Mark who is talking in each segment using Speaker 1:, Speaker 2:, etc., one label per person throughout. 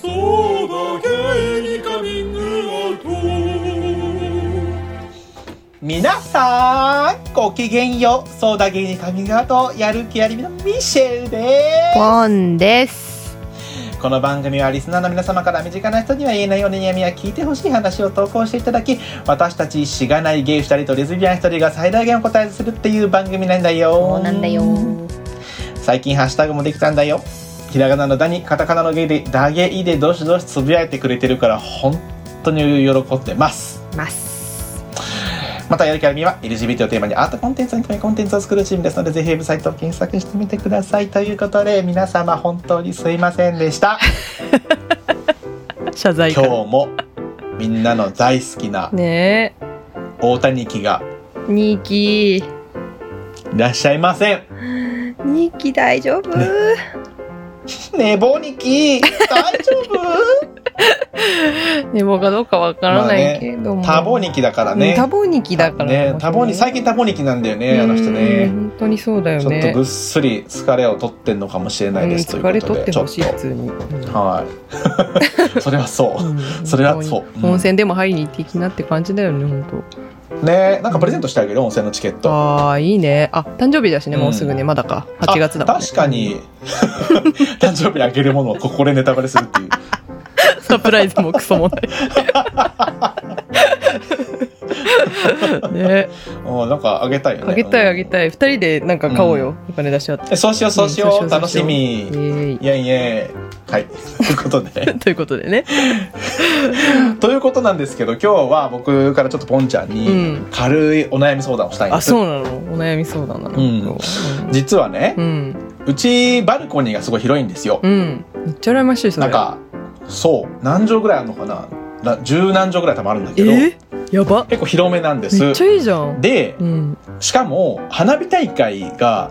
Speaker 1: そうだゲイにカミングアウト
Speaker 2: 皆さんごきげんようソーダゲイにカミングアウトやる気ありみのミシェルです
Speaker 3: ポンです。
Speaker 2: この番組はリスナーの皆様から身近な人には言えないお悩みや聞いてほしい話を投稿していただき私たちしがないゲイ2人とレズビアン1人が最大限お答えするっていう番組なんだよ
Speaker 3: そうなんだよ
Speaker 2: 最近ハッシュタグもできたんだよひらがなの「だ」にカタカナの「ゲイ」で「ダゲイ」でどしどしつぶやいてくれてるから本当に喜んでます
Speaker 3: ます。
Speaker 2: またやる気あるみは LGBT をテーマにアートコンテンツにコンテンツを作るチームですのでぜひウェブサイトを検索してみてくださいということで皆様本当にすいませんでした
Speaker 3: 謝罪
Speaker 2: 今
Speaker 3: 会
Speaker 2: 日もみんなの大好きな
Speaker 3: ねえ、
Speaker 2: 大谷貴が
Speaker 3: ニキ、
Speaker 2: いらっしゃいません
Speaker 3: ニキ大丈夫？
Speaker 2: 寝坊にき大丈 夫
Speaker 3: 寝坊かどうかわからないけども。
Speaker 2: 多忙にきだから
Speaker 3: う
Speaker 2: ね
Speaker 3: ん多忙ニキだから
Speaker 2: ね多忙に最近多忙にきなんだよねあの人
Speaker 3: うん
Speaker 2: ね
Speaker 3: 本当にそうだよ
Speaker 2: ちょっ
Speaker 3: ね。
Speaker 2: とぐっすり疲れを取ってんのかもしれないです、
Speaker 3: うん
Speaker 2: と
Speaker 3: 疲
Speaker 2: いう
Speaker 3: れ
Speaker 2: こと
Speaker 3: 取っ
Speaker 2: で
Speaker 3: て
Speaker 2: ちょ
Speaker 3: ほ
Speaker 2: っ
Speaker 3: しい普通に。
Speaker 2: と はいそれはそうう、
Speaker 3: ん
Speaker 2: それはそう
Speaker 3: 本当に
Speaker 2: うん
Speaker 3: 温泉でも入りに行ってきなって感じだよね本
Speaker 2: ねなんかプレゼントしてあげる温泉のチケッ
Speaker 3: 当。
Speaker 2: ト
Speaker 3: ああーいいね。あ誕生日だしねもうすぐねまだか8月だもん
Speaker 2: あ
Speaker 3: ね。
Speaker 2: 確かに 誕生日にあげるものをここでネタバレするっていう
Speaker 3: サプライズもクソもない。 ね、
Speaker 2: うんなんかあげたいよね
Speaker 3: あげたいあげ
Speaker 2: い
Speaker 3: たい。二人でなんか買おうよ。お金出し合って。
Speaker 2: そうしようそうしよ
Speaker 3: う
Speaker 2: うん楽し
Speaker 3: イエ
Speaker 2: み
Speaker 3: ーイ
Speaker 2: いやいやはいということで
Speaker 3: ということでね。
Speaker 2: ということなんですけど今日は僕からちょっとポンちゃん
Speaker 3: う
Speaker 2: に
Speaker 3: ん
Speaker 2: 軽いお悩み相談をしたいん
Speaker 3: あ、
Speaker 2: です、
Speaker 3: そうなの。お悩み相談なの。
Speaker 2: うん
Speaker 3: 今
Speaker 2: 実はね
Speaker 3: 日うん。
Speaker 2: うちバルコニーがすごい広いんですよ
Speaker 3: うん。うん。めっちゃ羨ましいそれ。
Speaker 2: なんかそう何畳ぐらいあるのかなな十何畳ぐらいたまるんだ
Speaker 3: え
Speaker 2: けど
Speaker 3: ーやば。
Speaker 2: 結構広めなんで
Speaker 3: めっ
Speaker 2: す
Speaker 3: ちゃいいじゃん。
Speaker 2: で
Speaker 3: うん。
Speaker 2: しかも花火大会が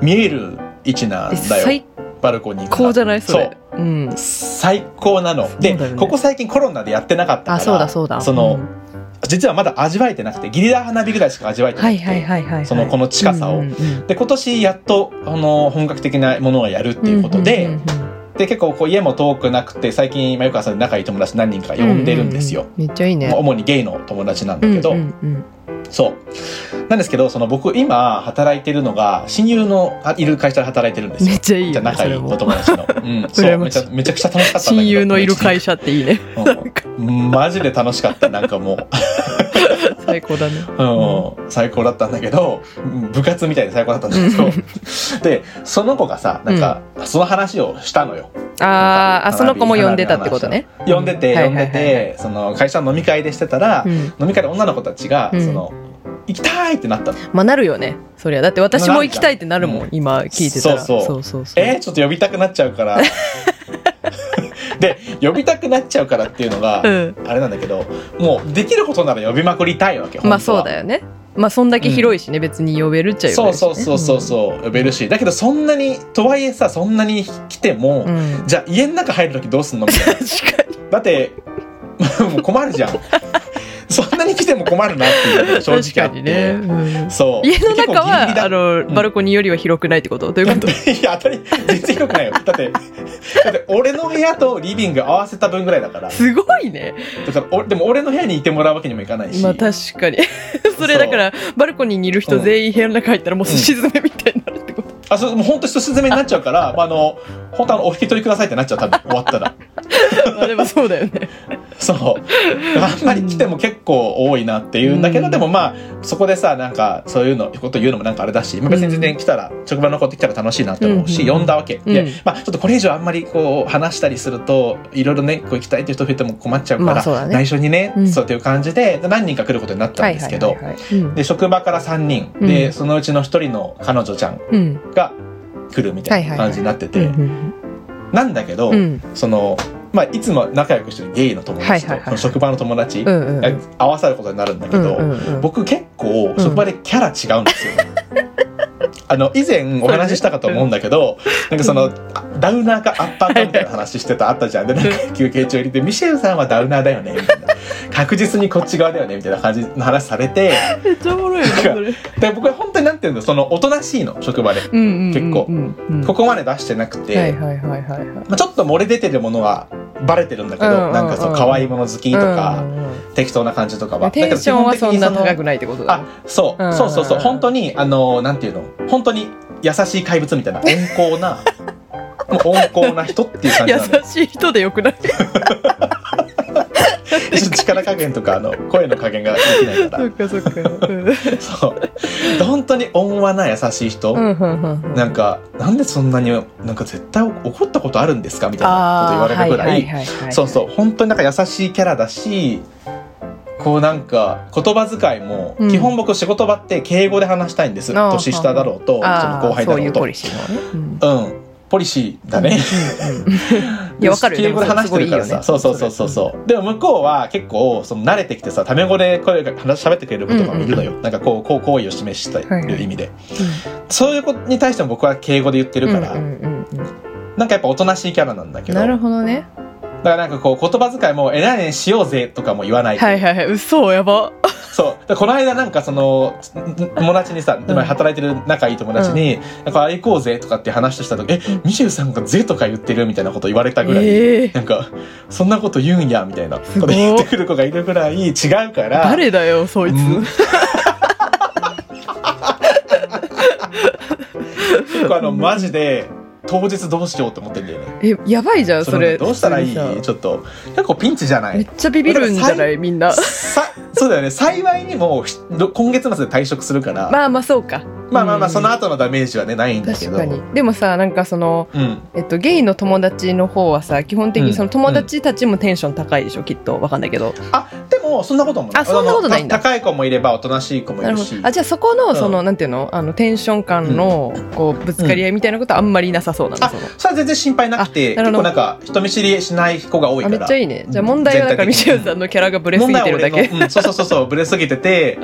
Speaker 2: 見える位置な
Speaker 3: え
Speaker 2: んだよ
Speaker 3: 最
Speaker 2: バルコニーから
Speaker 3: 高じゃないそれ。うん。
Speaker 2: 最高なの、
Speaker 3: そうだ
Speaker 2: で
Speaker 3: よね
Speaker 2: ここ最近コロナでやってなかったから
Speaker 3: あ、そうだそうだ。
Speaker 2: その
Speaker 3: うん
Speaker 2: 実はまだ味わえてなくてゲリラ花火ぐらいしか味わえてな
Speaker 3: は
Speaker 2: く
Speaker 3: い
Speaker 2: て、
Speaker 3: はいはいはいはい。
Speaker 2: そのこの近さを
Speaker 3: うんうんうん
Speaker 2: で今年やっとあの本格的なものをやるっていうことで,、
Speaker 3: んんんうん
Speaker 2: で結構こう家も遠くなくて最近まあよく遊んで仲いい友達何人か呼んでるんですよ、
Speaker 3: うううんめっちゃいいね
Speaker 2: まあ。主にゲイの友達なんだけど、
Speaker 3: うんうん
Speaker 2: そうなんですけどその僕今働いてるのが親友のあいる会社で働いてるんで
Speaker 3: うん
Speaker 2: す
Speaker 3: め
Speaker 2: よ
Speaker 3: っちゃいい
Speaker 2: じゃ
Speaker 3: よ
Speaker 2: あ
Speaker 3: ね。
Speaker 2: 仲い
Speaker 3: そ
Speaker 2: い
Speaker 3: れ
Speaker 2: お
Speaker 3: も。
Speaker 2: 友達の、うん、そう
Speaker 3: 羨
Speaker 2: め
Speaker 3: ま
Speaker 2: ち
Speaker 3: し
Speaker 2: ゃ
Speaker 3: い
Speaker 2: めちゃくちゃ楽しかったんだけど
Speaker 3: 親友のいる会社っていいね。
Speaker 2: うんマジで楽しかったなんかもう
Speaker 3: 最高だね。
Speaker 2: うん、最高だったんだけどうん部活みたいで最高だったんだけどでその子がさなんか、その話をしたのよ
Speaker 3: あーあ、
Speaker 2: 花火
Speaker 3: その子も呼んでたってことね。
Speaker 2: 呼んでて、
Speaker 3: うん
Speaker 2: 呼んでて、。その会社の飲み会でしてたら、
Speaker 3: はいはいはいうん
Speaker 2: 飲み会で女の子たちが、
Speaker 3: うん
Speaker 2: その行きたいってなったの、
Speaker 3: まあなるよね。そりゃだって私も行きたいってなる
Speaker 2: な
Speaker 3: もん
Speaker 2: る。
Speaker 3: 今聞いてたら。
Speaker 2: そうそう
Speaker 3: そうそうそう。
Speaker 2: えーちょっと呼びたくなっちゃうから で呼びたくなっちゃうからっていうのが、
Speaker 3: うん。
Speaker 2: あれなんだけどもうできることなら呼びまくりたいわけ
Speaker 3: まあそうだ
Speaker 2: よ
Speaker 3: よね。まあそんだけ広いしね、別に呼べるっちゃ呼べ
Speaker 2: そう
Speaker 3: るしね、
Speaker 2: そうそうそうそう呼べるしだけどそんなにとはいえさそんなに来ても、
Speaker 3: うん。うん。
Speaker 2: じゃあ家の中入る時どうすんのみたいな
Speaker 3: 確かに。
Speaker 2: だってもう困るじ ゃんそんなに来ても困るなっていうのが正直あ
Speaker 3: 確
Speaker 2: っ
Speaker 3: か
Speaker 2: て、
Speaker 3: にね。うん
Speaker 2: そう
Speaker 3: 家の
Speaker 2: で結
Speaker 3: 中
Speaker 2: 構ギリギリ
Speaker 3: は
Speaker 2: だ
Speaker 3: あの
Speaker 2: ん
Speaker 3: バルコニーよりは広くないってことどういうこと
Speaker 2: いや当たり全然よくないよだってだって俺の部屋とリビング合わせた分ぐらいだから
Speaker 3: すごいね。
Speaker 2: だからおでも俺の部屋にいてもらうわけにもいかないし、
Speaker 3: まあ確かにそれだからバルコニーにいる人全員部屋の中入ったらもうすし詰めみたいになるってこと、
Speaker 2: あそうもう本当一つめになっちゃうからまああの本当あのお引き取りくださいってなっちゃう多分終わったら
Speaker 3: まあでもそうだよね
Speaker 2: そうあんまり来ても結構多いなっていうんだけど、
Speaker 3: うん
Speaker 2: でもまあそこでさなんかそういうのこと言うのもなんかあれだし、まあ別に全然来たら職場の子って来たら楽しいなって思うし、
Speaker 3: うんうん
Speaker 2: 呼んだわけ、
Speaker 3: うん
Speaker 2: で、まあ、ちょっとこれ以上あんまりこう話したりするといろいろねこう行きたいっていう人増えても困っちゃうから、
Speaker 3: まあそうだね
Speaker 2: 内緒にね、
Speaker 3: うん
Speaker 2: そうっていう感じでで何人か来ることになったんですけど、
Speaker 3: はいはいはいはい
Speaker 2: で職場から3人、
Speaker 3: うん
Speaker 2: でそのうちの1人の彼女ちゃん
Speaker 3: うんうん
Speaker 2: が来るみたいな感じになってて、
Speaker 3: うんうん
Speaker 2: なんだけど、
Speaker 3: うん
Speaker 2: その、まあ、いつも仲良くしてるゲイの友達と、
Speaker 3: はいはいはいはい
Speaker 2: その職場の友達、
Speaker 3: うんうんうん
Speaker 2: が 合わさることになるんだけ
Speaker 3: うん
Speaker 2: ど、
Speaker 3: うんうん
Speaker 2: 僕結構職場でキャラ違うんですよ。あの以前お話ししたかと思うんだけど、なんかそのあダウナーかアッパーかみたいな話してたあったじゃんでなんか休憩中にで「ミシェルさんはダウナーだよね」みたいな「確実にこっち側だよね」みたいな感じの話されて
Speaker 3: めっちゃおもろいよねそれ
Speaker 2: で僕は本当になんていうのそのおとなしいの職場で
Speaker 3: うんうんうんうん
Speaker 2: 結構
Speaker 3: うん
Speaker 2: ここまで出してなくて、
Speaker 3: はいはいはいはいはい
Speaker 2: まあ、ちょっと漏れ出てるものはバレてるんだけど、
Speaker 3: うんうんうん
Speaker 2: なんかそう可愛いもの好きとか、
Speaker 3: うんうん
Speaker 2: 適当な感じとか
Speaker 3: う
Speaker 2: は
Speaker 3: ん、テンションはそん
Speaker 2: だ
Speaker 3: な
Speaker 2: けど基本的に
Speaker 3: 高
Speaker 2: の
Speaker 3: くないってことだ、
Speaker 2: あ
Speaker 3: ね、
Speaker 2: そう、
Speaker 3: うん
Speaker 2: そうそうそう本当にあのなんていうの本当に優しい怪物みたいな温厚なもう温厚な人っていう感じ
Speaker 3: 優
Speaker 2: なの
Speaker 3: しい人でよくない
Speaker 2: 力加減とかあの声の加減ができないか
Speaker 3: そっ
Speaker 2: ら
Speaker 3: かそっかうん
Speaker 2: そう本当に温和な優しい人、
Speaker 3: うんうんうんうん
Speaker 2: なんかなんでそんなになんか絶対怒ったことあるんですかみたいなこと言われるぐらい,、
Speaker 3: あーはいはいはいはい
Speaker 2: そうそう本当になんか優しいキャラだしこうなんか言葉遣いも、
Speaker 3: うん
Speaker 2: 基本僕仕事場って敬語で話したいんです
Speaker 3: あー
Speaker 2: 年下だろうとその
Speaker 3: あー
Speaker 2: 後輩だ
Speaker 3: そう
Speaker 2: ろ
Speaker 3: いう
Speaker 2: うと
Speaker 3: ポリシーのね、うん
Speaker 2: うんポリシーだね、
Speaker 3: うんうんいやわかるよ
Speaker 2: 敬語で
Speaker 3: でも
Speaker 2: 話してるから
Speaker 3: すごいいいよ
Speaker 2: さ
Speaker 3: ね
Speaker 2: そうそうそうそうそうでも向こうは結構その慣れてきてさタメ語で声が話喋ってくれることもいるのよ、なんかこうこう好意を示した
Speaker 3: はいいはい
Speaker 2: 意味で、そういうことに対しても僕は敬語で言ってるから、
Speaker 3: うんうんうんうん
Speaker 2: なんかやっぱおとなしいキャラなんだけど
Speaker 3: なるほどね
Speaker 2: だからなんかこう言葉遣いも「えなにしようぜ」とかも言わない、
Speaker 3: はいはいはい嘘やば
Speaker 2: そうだからこの間なんかそのつ友達にさ、
Speaker 3: うん
Speaker 2: 働いてる仲いい友達に「なんかあれ行こうぜ」とかって話をした時「えミシェルさんが「ぜ」とか言ってるみたいなこと言われたぐらい、
Speaker 3: ええ
Speaker 2: なんかそんなこと言うんやみたいな
Speaker 3: す
Speaker 2: こと
Speaker 3: ごい
Speaker 2: 言ってくる子がいるぐらい違うから
Speaker 3: 誰だよそいつ、
Speaker 2: うん結構あのマジで当日どうしようと思ってんだよね
Speaker 3: えやばいじゃんそれ
Speaker 2: どうしたらいい
Speaker 3: 普通にさ
Speaker 2: ちょっと結構ピンチじゃな
Speaker 3: めっ
Speaker 2: い
Speaker 3: ちゃビビるんじゃ
Speaker 2: だか
Speaker 3: ないみんな
Speaker 2: さそうだよね幸いにもひど今月末で退職するから、
Speaker 3: まあまあそうか
Speaker 2: まあまあまあ
Speaker 3: うん
Speaker 2: その後のダメージはねないんだけ
Speaker 3: 確
Speaker 2: ど
Speaker 3: かにでもさなんかその、
Speaker 2: うん
Speaker 3: えっと、ゲイの友達の方はさ基本的にそうの
Speaker 2: ん
Speaker 3: 友達たちもテンション高いでしょ、きっとわかんないけど
Speaker 2: あでもそんなこともい
Speaker 3: あそんなことないんだ
Speaker 2: あのた高い子もいればおとなしい子もい
Speaker 3: な
Speaker 2: る
Speaker 3: るほ
Speaker 2: し
Speaker 3: どあじゃあそこの
Speaker 2: ん
Speaker 3: その、なんていうのあのテンション感のこうぶつかり合いみたいなことはあんまりなさそうなんだ、
Speaker 2: あ
Speaker 3: その
Speaker 2: それは全然心配なくて
Speaker 3: あな
Speaker 2: 結構
Speaker 3: るほど
Speaker 2: なんか人見知りしない子が多いか
Speaker 3: あめっ
Speaker 2: ら
Speaker 3: ちゃいいねじゃあ問題はだか
Speaker 2: 全
Speaker 3: らミ
Speaker 2: 体
Speaker 3: シ
Speaker 2: 的に
Speaker 3: ェルさんのキャラがブレすぎてるだけ
Speaker 2: 問題は俺のうん、そうそうそう そうブレすぎてて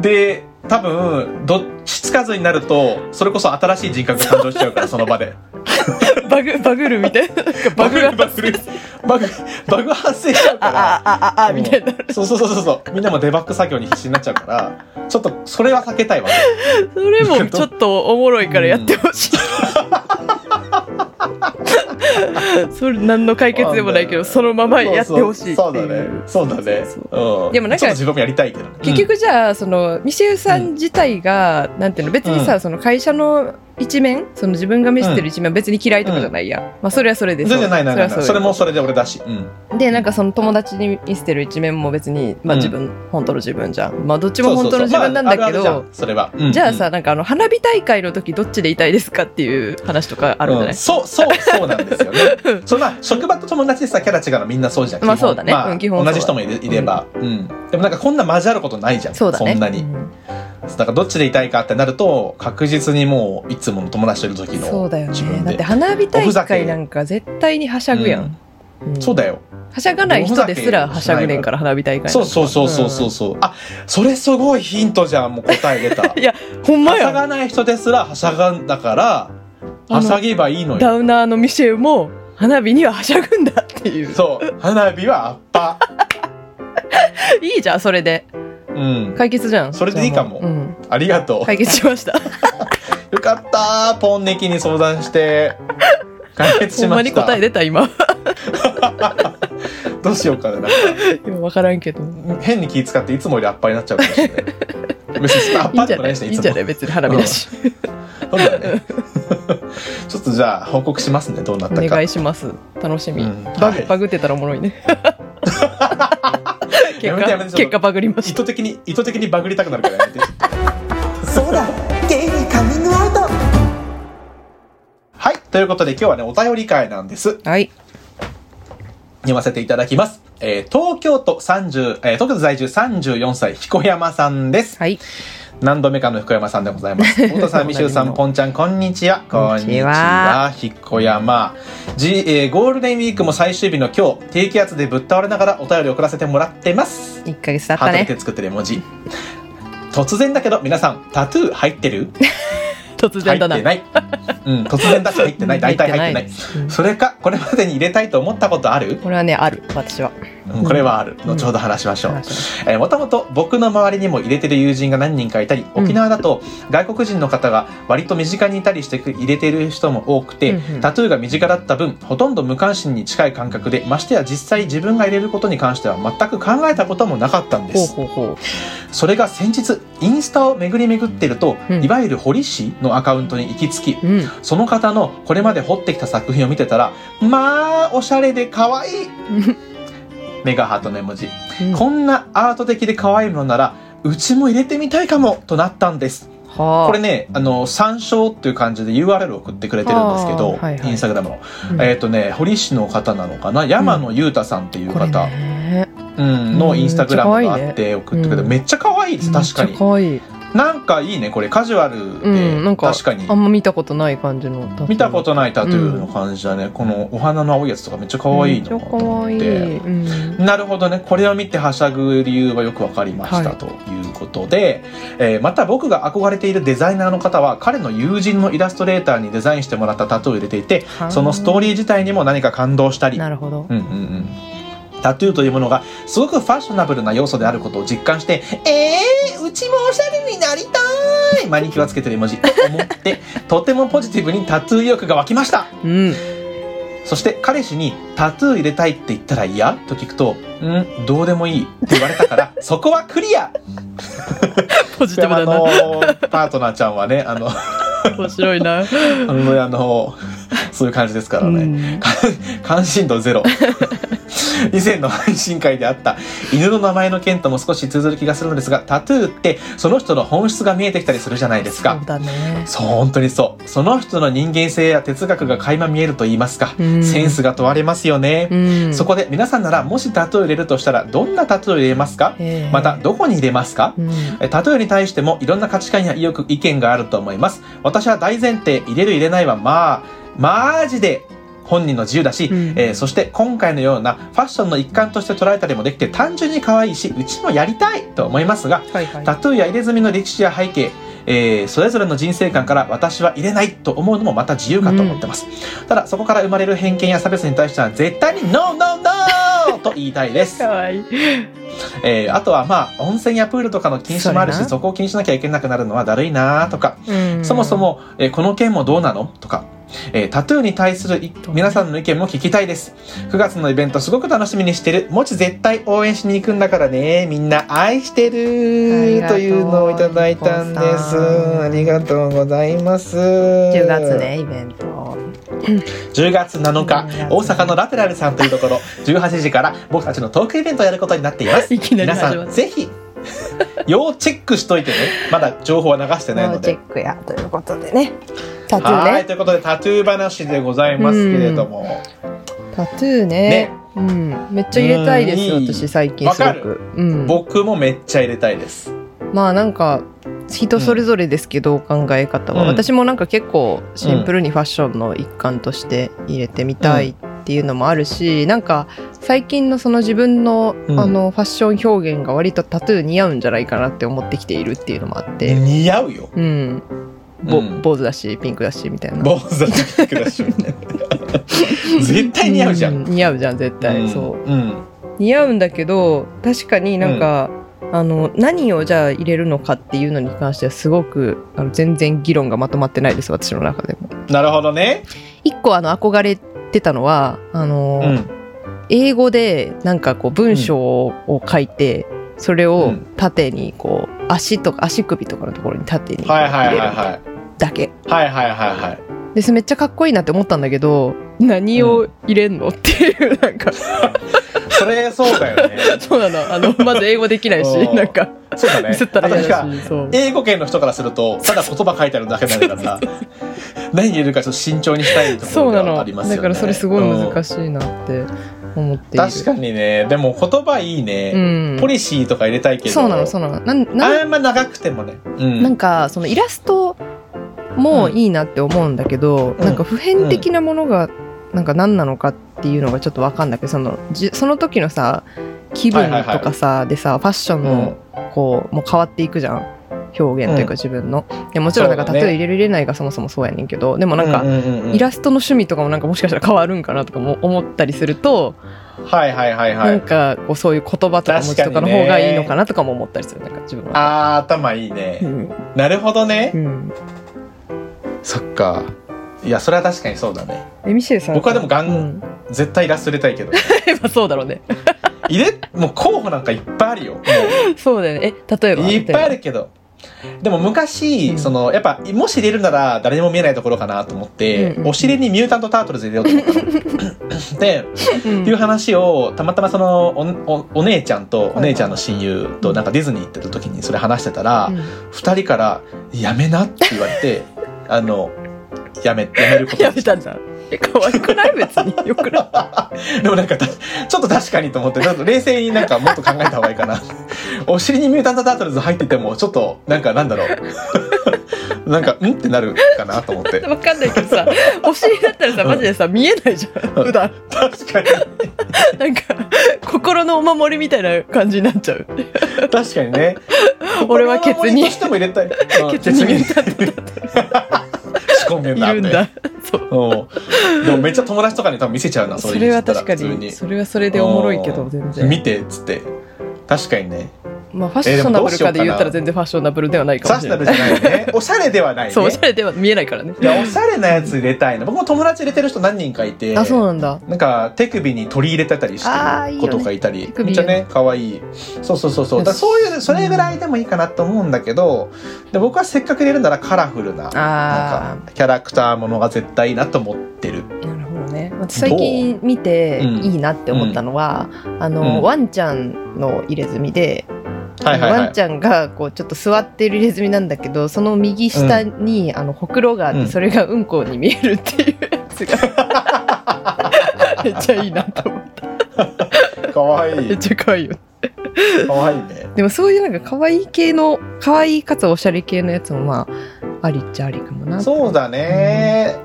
Speaker 2: で多分どっちつかずになるとそれこそ新しい人格が誕生しちゃう からその場で
Speaker 3: バグバグるみたいななんかバグが
Speaker 2: バグるバグバグ発生しちゃう
Speaker 3: あ
Speaker 2: か
Speaker 3: あ
Speaker 2: ら
Speaker 3: あああみたいな
Speaker 2: うんそうそうそうそうそうみんなもデバッグ作業に必死になっちゃうからちょっとそれは避けたいわね
Speaker 3: それもちょっとおもろいからやってほし い。それ何の解決でもないけどそのままやってほしいって
Speaker 2: そうそう
Speaker 3: いう。
Speaker 2: そうだね
Speaker 3: そ
Speaker 2: そううだねうん
Speaker 3: でもなん
Speaker 2: ち
Speaker 3: か
Speaker 2: ょっと自分もやりたいけどね
Speaker 3: 結局じゃあそのミシェルさん自体が、なんていうの別にさ、その会社の一面その自分が見せてる一面は別に嫌いとかじゃないや、まあそれはそれ
Speaker 2: う
Speaker 3: で
Speaker 2: ん全然ないないないない
Speaker 3: は
Speaker 2: それもそれで俺だしうん
Speaker 3: でなんかその友達に見せてる一面も別に、まあ、
Speaker 2: うん
Speaker 3: 自分、本当の自分じゃんまあどっち
Speaker 2: で
Speaker 3: も本当の自分なんだけど、
Speaker 2: それはうん
Speaker 3: じゃあ
Speaker 2: う
Speaker 3: さ
Speaker 2: ん
Speaker 3: なんかあの花火大会の時どっちでいたいですかっていう話とかあるんじゃない、
Speaker 2: うんそうそうそうなんですよね そんな職場と友達でさキャラ違うのみんなそうじゃん
Speaker 3: まあ
Speaker 2: 基本
Speaker 3: そうだね
Speaker 2: まあ
Speaker 3: うん基本そうだ
Speaker 2: 同じ人もいれいれば、うんでもなんかこんな交わることないじゃん
Speaker 3: そうだね。
Speaker 2: んなに、
Speaker 3: うん
Speaker 2: だからどっちでいたいかってなると確実にもういつもの友達といる時の
Speaker 3: そうだよ
Speaker 2: 自
Speaker 3: ね。
Speaker 2: 分
Speaker 3: だって
Speaker 2: で
Speaker 3: 花火
Speaker 2: おふざ
Speaker 3: 大
Speaker 2: け
Speaker 3: 会なんか絶対にはしゃぐやん。
Speaker 2: うんそう
Speaker 3: だ。
Speaker 2: だよ
Speaker 3: はしゃがない人ですらはしゃぐねんから花火大会。
Speaker 2: そうそうそうそうそうそうあそれすごいヒントじゃんもう答え出た
Speaker 3: いや、ほんま
Speaker 2: はしゃ
Speaker 3: や
Speaker 2: がない人ですらはしゃがんだから
Speaker 3: あの
Speaker 2: はしゃげばいいのよ
Speaker 3: ダウナーのミシェルも花火にははしゃぐんだっていう。
Speaker 2: そう花火はアッパ
Speaker 3: いいじゃん、それで。
Speaker 2: うん
Speaker 3: 解決じゃん。
Speaker 2: それでいいかも
Speaker 3: じゃ あうん
Speaker 2: ありがとう
Speaker 3: 解決しました。
Speaker 2: よかったーポンネキに相談して解決
Speaker 3: ほ
Speaker 2: し
Speaker 3: んま
Speaker 2: ま
Speaker 3: に
Speaker 2: した
Speaker 3: 答え出た、今。
Speaker 2: どうしようかななんか
Speaker 3: い やわからん けど。
Speaker 2: 変に気使っていつもよりアッパになっちゃうかもしれない別にアッ
Speaker 3: いい
Speaker 2: パ
Speaker 3: んじ
Speaker 2: で
Speaker 3: ゃ
Speaker 2: もな
Speaker 3: な
Speaker 2: いい
Speaker 3: い
Speaker 2: しね
Speaker 3: い
Speaker 2: い
Speaker 3: ん
Speaker 2: つ
Speaker 3: じゃ
Speaker 2: も
Speaker 3: ない別に花火だし。
Speaker 2: そうだね ちょっとじゃあ報告しますねどうなっ
Speaker 3: お
Speaker 2: たか
Speaker 3: 願いします。楽しみ
Speaker 2: うん。
Speaker 3: バ
Speaker 2: は
Speaker 3: グ
Speaker 2: い
Speaker 3: バグってたらおもろいね。結
Speaker 2: やめてやめ
Speaker 3: 果
Speaker 2: て
Speaker 3: 結果バグりまし
Speaker 2: 意
Speaker 3: た。
Speaker 2: 図的に意図的にバグりたくなるからやめてちょっと
Speaker 4: そうだゲイにカミングアウト
Speaker 2: はいということで今日はねお便り会なんです
Speaker 3: はい。
Speaker 2: 読ませていただきます。えー東京都30、えー東京都在住34歳、彦山さんです。
Speaker 3: はい。
Speaker 2: 何度目かの彦山さんでございます。 太田さん、みしゅうさん、ぽんちゃん、こんにちは。
Speaker 3: こんにちは。
Speaker 2: 彦山。じ、えーゴールデンウィークも最終日の今日、低気圧でぶっ倒れながらお便りを送らせてもらってます。
Speaker 3: 1ヶ月経っ
Speaker 2: ハート
Speaker 3: た
Speaker 2: で
Speaker 3: ね
Speaker 2: 手作ってる絵文字。突然だけど、皆さん、タトゥー入ってる
Speaker 3: 突
Speaker 2: 入
Speaker 3: 然だ
Speaker 2: っ
Speaker 3: な
Speaker 2: てない。 うん、突然だし入ってない。大体入ってない。
Speaker 3: うん
Speaker 2: それか、これまでに入れたいと思ったことある
Speaker 3: これはねある私は
Speaker 2: うんこれはある。後ほど話しましょう。えー、もともと僕の周りにも入れてる友人が何人かいたり
Speaker 3: うん
Speaker 2: 沖縄だと外国人の方が割と身近にいたりしてく入れてる人も多くて、
Speaker 3: うんうん
Speaker 2: タトゥーが身近だった分ほとんど無関心に近い感覚でましてや実際自分が入れることに関しては全く考えたこともなかったんで
Speaker 3: ほう
Speaker 2: す
Speaker 3: ほうほう。
Speaker 2: それが先日インスタを巡り巡ってると、
Speaker 3: うん
Speaker 2: いわゆる堀氏のアカウントに行き着き
Speaker 3: うん。
Speaker 2: その方のこれまで掘ってきた作品を見てたらまあおしゃれで可愛いメガハートの絵文字 こんなアート的で可愛いものなら、うちも入れてみたいかもとなったんです。
Speaker 3: はあ。
Speaker 2: これね、あの、参照っていう感じで URL を送ってくれてるんですけど、
Speaker 3: はあはいはい
Speaker 2: インスタグラムの。
Speaker 3: うん、
Speaker 2: えっ、とね、堀市の方なのかな山野裕太さんっていう
Speaker 3: これ
Speaker 2: 方、
Speaker 3: ね。
Speaker 2: うん、のインスタグラムがあって送ってくれて、
Speaker 3: うん
Speaker 2: めっちゃ可愛いです、確か
Speaker 3: めっ
Speaker 2: に
Speaker 3: ちゃ。可愛い。
Speaker 2: なんかいいね、これ、カジュアルで、
Speaker 3: うんなんか
Speaker 2: 確かに
Speaker 3: あ。んま見たことない感じの。
Speaker 2: 見たこと
Speaker 3: ない。
Speaker 2: ないタトゥーの感じだね、このお花の青いやつとかめっちゃ可愛い
Speaker 3: めっちゃ
Speaker 2: の
Speaker 3: 可
Speaker 2: と思っ
Speaker 3: 愛
Speaker 2: て。
Speaker 3: い。うん。
Speaker 2: なるほどね。これを見てはしゃぐ理由はよくわかりました、
Speaker 3: はい
Speaker 2: ということで、えーまた僕が憧れているデザイナーの方は、彼の友人のイラストレーターにデザインしてもらったタトゥーを入れていて、そのストーリー自体にも何か感動したり、
Speaker 3: なるほど
Speaker 2: う。んうんうん。タトゥーというものがすごくファッショナブルな要素であることを実感して、えー、うちもおしゃれになりたいマニキュアつけてる絵文字、思って、とてもポジティブにタトゥー意欲が湧きました
Speaker 3: うん。
Speaker 2: そして彼氏にタトゥー入れたいって言ったら嫌と聞くと、うん、どうでもいいって言われた から、そこはクリア
Speaker 3: ポジティブ
Speaker 2: あ
Speaker 3: だな。
Speaker 2: の、パートナーちゃんはね、あの、あ
Speaker 3: 面白いな。
Speaker 2: の、あのそういう感じですからね。
Speaker 3: うん
Speaker 2: 関心度ゼ ロ以前の配信会であった犬の名前の件とも少し通ずる気がするのですがタトゥーってその人の本質が見えてきたりするじゃないです
Speaker 3: そ
Speaker 2: か
Speaker 3: うだね。
Speaker 2: そう本当にそうその人の人間性や哲学が垣間見えると言いますか、
Speaker 3: うん
Speaker 2: センスが問われますよね、
Speaker 3: うん。
Speaker 2: そこで皆さんならもしタトゥーを入れるとしたらどんなタトゥーを入れますか
Speaker 3: へー
Speaker 2: また、どこに入れますか
Speaker 3: うん。
Speaker 2: えタトゥーに対してもいろんな価値観や意欲意見があると思います私は大前提入れる入れないはまあマジで本人の自由だし、
Speaker 3: うん
Speaker 2: えーそして今回のようなファッションの一環として捉えたりもできて単純に可愛いしうちもやりたいと思いますが
Speaker 3: はいはい。
Speaker 2: タトゥーや入れ墨の歴史や背景、えーそれぞれの人生観から私は入れないと思うのもまた自由かと思ってます、ただそこから生まれる偏見や差別に対しては絶対に NONONO と言いたい です
Speaker 3: かわいい。
Speaker 2: えーあとはまあ温泉やプールとかの禁止もある
Speaker 3: そう
Speaker 2: し
Speaker 3: やな
Speaker 2: そこを気にしなきゃいけなくなるのはだるいなとか、
Speaker 3: うん
Speaker 2: そもそ。も、えーこの件もどうなのとか、えータトゥーに対するい皆さんの意見も聞きたいです9月のイベントすごく楽しみにしてるもち絶対応援しに行くんだからねみんな愛してる
Speaker 3: ありがと
Speaker 2: と
Speaker 3: う
Speaker 2: いうのをいただいたんで
Speaker 3: ニコ
Speaker 2: す
Speaker 3: さん
Speaker 2: ありがとうございます10
Speaker 3: 10月ね、イベント。
Speaker 2: 10月7日
Speaker 3: 10月
Speaker 2: 大阪のラテラルさんというところ18時から僕たちのトークイベントをやることになっています
Speaker 3: いきなり
Speaker 2: 皆さ
Speaker 3: 始ま
Speaker 2: ん
Speaker 3: る。
Speaker 2: ぜひ要チェックしといてねまだ情報は流してない
Speaker 5: ノ
Speaker 2: の
Speaker 5: ーチェ
Speaker 2: で
Speaker 5: ックやということでね。タトゥー
Speaker 2: はい
Speaker 5: ね。
Speaker 2: ということでタトゥー話でございますけれども
Speaker 3: タトゥーね
Speaker 2: ね。
Speaker 3: うん。めっちゃ入れたいですよ、
Speaker 2: うんいい
Speaker 3: 私最近すご
Speaker 2: わか
Speaker 3: く。うん。
Speaker 2: 僕もめっちゃ入れたいです
Speaker 3: まあなんか人それぞれですけど、考え方は、
Speaker 2: うん
Speaker 3: 私もなんか結構シンプルにファッションの一環として入れてみたいっていうのもあるし、なんか最近のその自分の,、
Speaker 2: うん
Speaker 3: あのファッション表現が割とタトゥー似合うんじゃないかなって思ってきているっていうのもあって、
Speaker 2: 似合うよ
Speaker 3: うん、ぼ
Speaker 2: うん
Speaker 3: 坊主だしピンクだしみたいな。
Speaker 2: 坊主だってくだし絶対似合うじゃん、
Speaker 3: う似合うじゃん絶対、
Speaker 2: うん
Speaker 3: そう
Speaker 2: うん
Speaker 3: 似合うんだけど確かになんか、あの何をじゃあ入れるのかっていうのに関してはすごくあの全然議論がまとまってないです私の中でも。
Speaker 2: なるほどね
Speaker 3: 一個あの憧れてたのはあの、
Speaker 2: うん
Speaker 3: 英語でなんかこう文章を書いて、それ
Speaker 2: う
Speaker 3: を
Speaker 2: ん
Speaker 3: 縦にこう足とか足首とかのところに縦にこう
Speaker 2: はいはい
Speaker 3: 入
Speaker 2: は
Speaker 3: れ
Speaker 2: い
Speaker 3: る
Speaker 2: は
Speaker 3: だけ
Speaker 2: いはいはいはいはい
Speaker 3: ですめっちゃかっこいいなって思ったんだけど何を入れんのっていうなんか
Speaker 2: それそうだよね
Speaker 3: そうなのあのまず英語できないし
Speaker 2: おー
Speaker 3: なんか
Speaker 2: そうだね
Speaker 3: ミスったら
Speaker 2: あと
Speaker 3: 嫌
Speaker 2: し
Speaker 3: だ
Speaker 2: か
Speaker 3: しそう
Speaker 2: 英語圏の人からするとただ言葉書いてあるだけだからさ何入れるかちょっと慎重にしたいとこ
Speaker 3: そ
Speaker 2: ろ
Speaker 3: うな
Speaker 2: では
Speaker 3: の
Speaker 2: ありますよね
Speaker 3: だからそれすごい
Speaker 2: うん
Speaker 3: 難しいなって思っている、
Speaker 2: 確かにねでも言葉いいね、
Speaker 3: うん
Speaker 2: ポリシーとか入れたいけど
Speaker 3: そうなのそうなのなんなん
Speaker 2: あんま長くてもね、うん、
Speaker 3: なんかそのイラストもいいなって思うんだけど、
Speaker 2: ん
Speaker 3: なんか普遍的なものがなんか何なのかっていうのがちょっと分かんなくてそのじその時のさ気分とかさ、でさファッション
Speaker 2: うん
Speaker 3: のこうもう変わっていくじゃん。表現という
Speaker 2: うん
Speaker 3: か自分の、いやもちろんなんか
Speaker 2: そ
Speaker 3: タ
Speaker 2: うだね
Speaker 3: トゥー入れる入れないがそもそもそうやねんけどでもなんか、
Speaker 2: うんうんうんうん
Speaker 3: イラストの趣味とかもなんかもしかしたら変わるんかなとかも思ったりすると、
Speaker 2: はいはいはいは
Speaker 3: ないんかこうそういう言葉とか文字とかの方がいいのかなとかも思ったりするなんか自分は。
Speaker 2: あー頭いいね、
Speaker 3: うん
Speaker 2: なるほどね、
Speaker 3: うん、
Speaker 2: そっかいやそれは確かにそうだね
Speaker 3: えミシェルさん
Speaker 2: 僕はでもガン
Speaker 3: うん、
Speaker 2: 絶対イラスト入れたいけど
Speaker 3: やっぱそうだろうね
Speaker 2: 入れもう候補なんかいっぱいある よも
Speaker 3: そうだよねえ例え
Speaker 2: う
Speaker 3: ば
Speaker 2: いっぱいあるけどでも昔、
Speaker 3: うん
Speaker 2: そのやっぱもし入れるなら誰にも見えないところかなと思って、
Speaker 3: うんうんうん
Speaker 2: お尻にミュータント・タートルズ入れようと思っ たので
Speaker 3: うん
Speaker 2: っていう話をたまたまそのおおお姉ちゃんとお姉ちゃんの親友となんかディズニー行ってる時にそれ話してたら、
Speaker 3: うん
Speaker 2: 二人から「やめな」って言われ てあのやめやめること
Speaker 3: や
Speaker 2: に
Speaker 3: め
Speaker 2: した
Speaker 3: たんだえ可愛くない別によくな い
Speaker 2: でもなんかたちょっと確かにと思ってちょっと冷静になんかもっと考えた方がいい かなお尻にミュータント・タートルズ入っててもちょっとなんかなんだろう なんか「ん?」ってなるかなと思 って
Speaker 3: わかんないけどさお尻だったらさマジでさ見えないじゃん普段
Speaker 2: 確かに
Speaker 3: なんか心のお守りみたいな感じになっちゃう
Speaker 2: 確かにね
Speaker 3: 俺はケツに
Speaker 2: 心の守りとしても入れたい うん
Speaker 3: ケツにミュータント
Speaker 2: 仕込んでん
Speaker 3: い
Speaker 2: だって
Speaker 3: るんだそう
Speaker 2: うんでもめっちゃ友達とかに多分見せちゃうなそ
Speaker 3: そ
Speaker 2: れ
Speaker 3: れ
Speaker 2: 言
Speaker 3: は
Speaker 2: ったら
Speaker 3: 確か
Speaker 2: 普通
Speaker 3: にそれはそれでおもろいけど全
Speaker 2: うん
Speaker 3: 然
Speaker 2: 見てっつって確かにね
Speaker 3: まあファッショナブルか
Speaker 2: え
Speaker 3: で言った
Speaker 2: ーでもどうしようかな
Speaker 3: ら全然ファッショナブルではない
Speaker 2: フ
Speaker 3: か
Speaker 2: ァッ
Speaker 3: も
Speaker 2: シ
Speaker 3: し
Speaker 2: ョ
Speaker 3: れ
Speaker 2: ナブ
Speaker 3: ない
Speaker 2: ルじゃないよねおしゃれではないね
Speaker 3: そうおしゃれでは見えないからね
Speaker 2: いやおしゃれなやつ入れたいな僕も友達入れてる人何人かいて
Speaker 3: あそうなんだ
Speaker 2: なんか手首に取り入れてたりし
Speaker 5: あー
Speaker 2: て
Speaker 5: いい
Speaker 2: る
Speaker 5: よ
Speaker 2: 子
Speaker 5: ね
Speaker 2: とかいたり、
Speaker 3: 首
Speaker 2: めっちゃね可愛いそうそうそうそうだからそういうそれぐらいでもいいかなと思うんだけどで僕はせっかく入れるならカラフルなな
Speaker 3: あ
Speaker 2: んかキャラクターものが絶対いいなと思ってる
Speaker 3: ーなるほどね私最近見て
Speaker 2: どううん
Speaker 3: いいなって思ったのはあ
Speaker 2: うん
Speaker 3: のワンちゃんの入れ墨で
Speaker 2: はいはいは
Speaker 3: ワ
Speaker 2: い
Speaker 3: ンちゃんがこうちょっと座ってる入れ墨なんだけどその右下に、あのほくろがあって、
Speaker 2: うん
Speaker 3: それがうんこに見えるっていうやつが めっちゃいいなと思って
Speaker 2: 可愛
Speaker 3: めっ
Speaker 2: い
Speaker 3: ちゃ可愛いよ
Speaker 2: 可愛いね
Speaker 3: でもそういうなんか可愛い系の可愛いかつおしゃれ系のやつもまあありっちゃありかもな
Speaker 2: そうだね、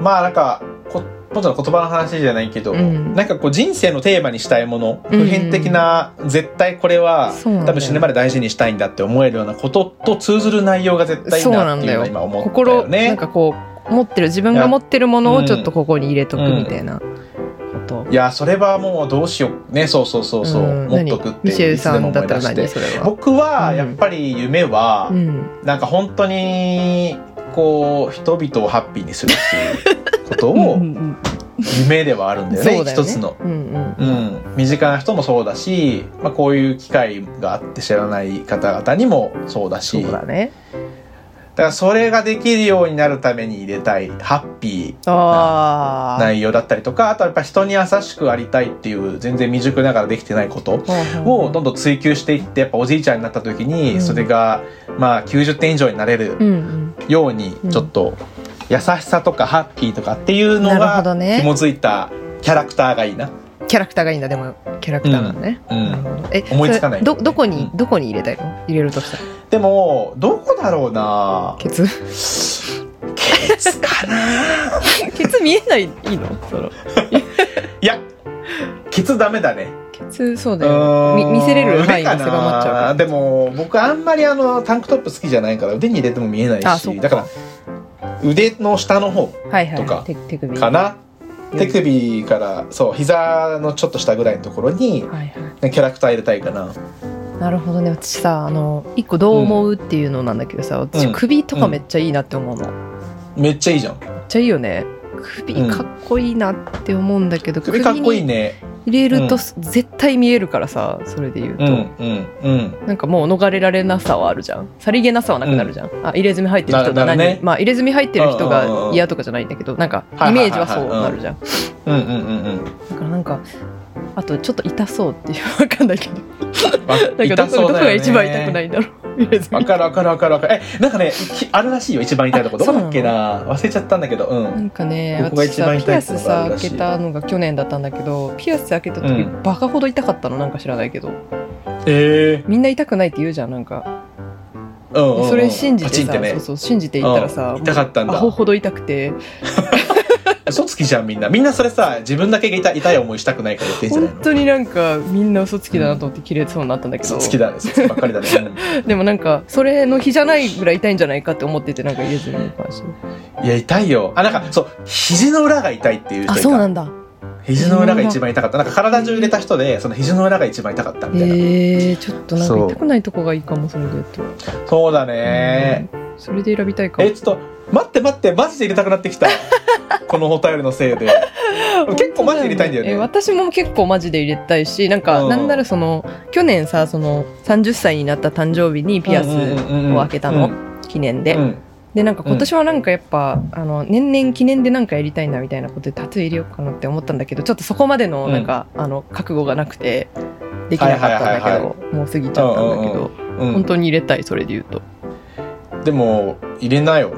Speaker 2: まあなんかこもちろん言葉の話じゃないけど、
Speaker 3: うん
Speaker 2: なんかこう人生のテーマにしたいもの
Speaker 3: うん
Speaker 2: 普遍的な、絶対これは
Speaker 3: そうなん
Speaker 2: 多
Speaker 3: だよ
Speaker 2: 分死ぬまで大事にしたいんだって思えるようなことと通ずる内容が絶対いいなっていうのは今思ったよ
Speaker 3: 心
Speaker 2: ね。
Speaker 3: なんかこう持ってる自分が持ってるものをちょっとここに入れとくみたいなこと、
Speaker 2: いやそれはもうどうしようねそうそうそうそう、
Speaker 3: うん
Speaker 2: 持っとくっ
Speaker 3: 何ミシ
Speaker 2: て
Speaker 3: ェ
Speaker 2: い
Speaker 3: ル
Speaker 2: つで
Speaker 3: さ
Speaker 2: も
Speaker 3: ん
Speaker 2: 思
Speaker 3: だっ
Speaker 2: い
Speaker 3: た
Speaker 2: 出
Speaker 3: ら
Speaker 2: し
Speaker 3: 何
Speaker 2: て
Speaker 3: それは、
Speaker 2: 僕はやっぱり夢は、
Speaker 3: うん、
Speaker 2: なんか本当にこう人々をハッピーにするっていうことを
Speaker 3: うんうん
Speaker 2: 夢ではあるん
Speaker 3: うん
Speaker 2: だよね
Speaker 3: そうだよね
Speaker 2: 一つの。
Speaker 3: うんうん
Speaker 2: うん、身近な人もそうだし、まあ、こういう機会があって知らない方々にもそうだ
Speaker 3: そ
Speaker 2: し
Speaker 3: うだね
Speaker 2: からそれができるようになるために入れたいハッピー
Speaker 3: ああ
Speaker 2: 内容だったりとかあとはやっぱ人に優しくありたいっていう全然未熟ながらできてないことをどんどん追求していってやっぱおじいちゃんになった時
Speaker 3: う
Speaker 2: に
Speaker 3: ん
Speaker 2: それがまあ90点以上になれる
Speaker 3: うんうん、
Speaker 2: ように
Speaker 3: うん
Speaker 2: ちょっと優しさとかハッピーとかっていうの
Speaker 3: なる
Speaker 2: が
Speaker 3: ほどね
Speaker 2: 紐づいたキャラクターがいいな。
Speaker 3: キャラクターがいいんだでもキャラクターなのね、
Speaker 2: うんうん
Speaker 3: なるほどえ
Speaker 2: 思いつかない
Speaker 3: それどどこに、
Speaker 2: う
Speaker 3: どこに入れたいの入れるとしたら
Speaker 2: でもどこだろうな
Speaker 3: ケツ
Speaker 2: ケツかな
Speaker 3: ケツ見えないいいのその
Speaker 2: いやケツダメだね
Speaker 3: ケツそう
Speaker 2: う
Speaker 3: だよね
Speaker 2: ーん
Speaker 3: み見せれる範囲
Speaker 2: 腕か
Speaker 3: が
Speaker 2: な
Speaker 3: 狭まっちゃうから
Speaker 2: でも僕あんまりあのタンクトップ好きじゃないから腕に入れても見えな
Speaker 3: あ
Speaker 2: い
Speaker 3: そっ
Speaker 2: し
Speaker 3: か
Speaker 2: だから腕の下の方
Speaker 3: はいはい
Speaker 2: とか
Speaker 3: 手手首
Speaker 2: かな
Speaker 3: うん
Speaker 2: 手首からそう膝のちょっと下ぐらいのところに
Speaker 3: はいは
Speaker 2: キャラクター入れたいかない
Speaker 3: なるほどね私さあの一個どう思うっていうのなんだけどさ、
Speaker 2: う
Speaker 3: 私
Speaker 2: ん
Speaker 3: 首とかめっちゃいいなって思うの、
Speaker 2: めっちゃいいじゃん
Speaker 3: めっちゃいいよね
Speaker 2: うん
Speaker 3: 首かっこいいなって思うんだけど、
Speaker 2: 首かっこいいね
Speaker 3: 首に入れると絶対見えるからさそれで言う
Speaker 2: う
Speaker 3: と、
Speaker 2: んうんうん
Speaker 3: なんかもう逃れられなさはあるじゃんさりげなさはなくなるじゃん、あ入れ墨入ってる
Speaker 2: な
Speaker 3: 人が
Speaker 2: なる
Speaker 3: 何、
Speaker 2: ね
Speaker 3: まあ入れ墨入ってる人
Speaker 2: うんうんうんう
Speaker 3: が
Speaker 2: ん
Speaker 3: 嫌とかじゃないんだけどなんか
Speaker 2: はいはいはいはい
Speaker 3: イメージはそうなるじゃん
Speaker 2: うんうんうんうん
Speaker 3: だからなんかあとちょっと痛そうっていうわかんないけ ど
Speaker 2: わ
Speaker 3: なんかど
Speaker 2: 痛
Speaker 3: こ
Speaker 2: そう
Speaker 3: どこ
Speaker 2: だよ
Speaker 3: が
Speaker 2: ね
Speaker 3: 一番痛くないんだろう入れ墨
Speaker 2: わかるわかるわかるわかる。え、なんかね、きあるらしいよ、一番痛いとこ。ど
Speaker 3: あそ
Speaker 2: こ
Speaker 3: う
Speaker 2: だ
Speaker 3: なの
Speaker 2: っけな忘れちゃったんだけど、う。
Speaker 3: なんんかね
Speaker 2: ここが
Speaker 3: 私
Speaker 2: 一
Speaker 3: さ
Speaker 2: 番
Speaker 3: ピ
Speaker 2: 痛い
Speaker 3: ア
Speaker 2: ところが
Speaker 3: ス
Speaker 2: あ
Speaker 3: さ
Speaker 2: るらしい
Speaker 3: 開けたのが去年だったんだけどピアス開けた時、
Speaker 2: うん
Speaker 3: バカほど痛かったのなんか知らないけど
Speaker 2: ええ
Speaker 3: みんな痛くないって言うじゃんなんか
Speaker 2: うんうん
Speaker 3: で
Speaker 2: うん。
Speaker 3: それ信じ
Speaker 2: パチン
Speaker 3: て
Speaker 2: っ
Speaker 3: さ
Speaker 2: てね
Speaker 3: そうそう信じていったらさ
Speaker 2: うん痛かったん
Speaker 3: ア
Speaker 2: だ
Speaker 3: ホ。ほど痛くて
Speaker 2: 嘘つきじゃんみんなみんなそれさ自分だけが痛い痛い思いしたくないから言ってんじゃない
Speaker 3: 本
Speaker 2: の
Speaker 3: 当になんかみんな嘘つきだなと思って切れそうになったんだけど、
Speaker 2: 嘘つきだね嘘つきばっかりだ ね、うん
Speaker 3: でもなんかそれの日じゃないぐらい痛いんじゃないかって思っててなんか入れずに感じ
Speaker 2: いや痛いよあなんかそう肘の裏が痛いっていう人いた
Speaker 3: んだ
Speaker 2: 肘の裏が一番痛かったなんか体中入れた人でその肘の裏が一番痛かったみたいな、
Speaker 3: えー、ちょっとなんか
Speaker 2: そう
Speaker 3: 痛くないとこがいいかもそれでと
Speaker 2: そうだね
Speaker 3: それで選びたいかも
Speaker 2: えちょっと待って待ってマジで入れたくなって きたこのお便りのせいで結構マジで入れたいんだよね
Speaker 3: え私も結構マジで入れたいしなん
Speaker 2: う
Speaker 3: か
Speaker 2: ん
Speaker 3: なんならその去年さその30歳になった誕生日にピアスを開けた
Speaker 2: うんう
Speaker 3: の記念で、
Speaker 2: うん
Speaker 3: でなんか今年はなんかやっぱ、あの年々記念でなんかやりたいなみたいなことでタトゥー入れようかなって思ったんだけどちょっとそこまでのなんか、あの覚悟がなくてできなかったんだけど、
Speaker 2: はいはいは
Speaker 3: もう過ぎちゃったんだけど、
Speaker 2: うん
Speaker 3: 本当に入れたいそれで言うと、
Speaker 2: でも入れなよ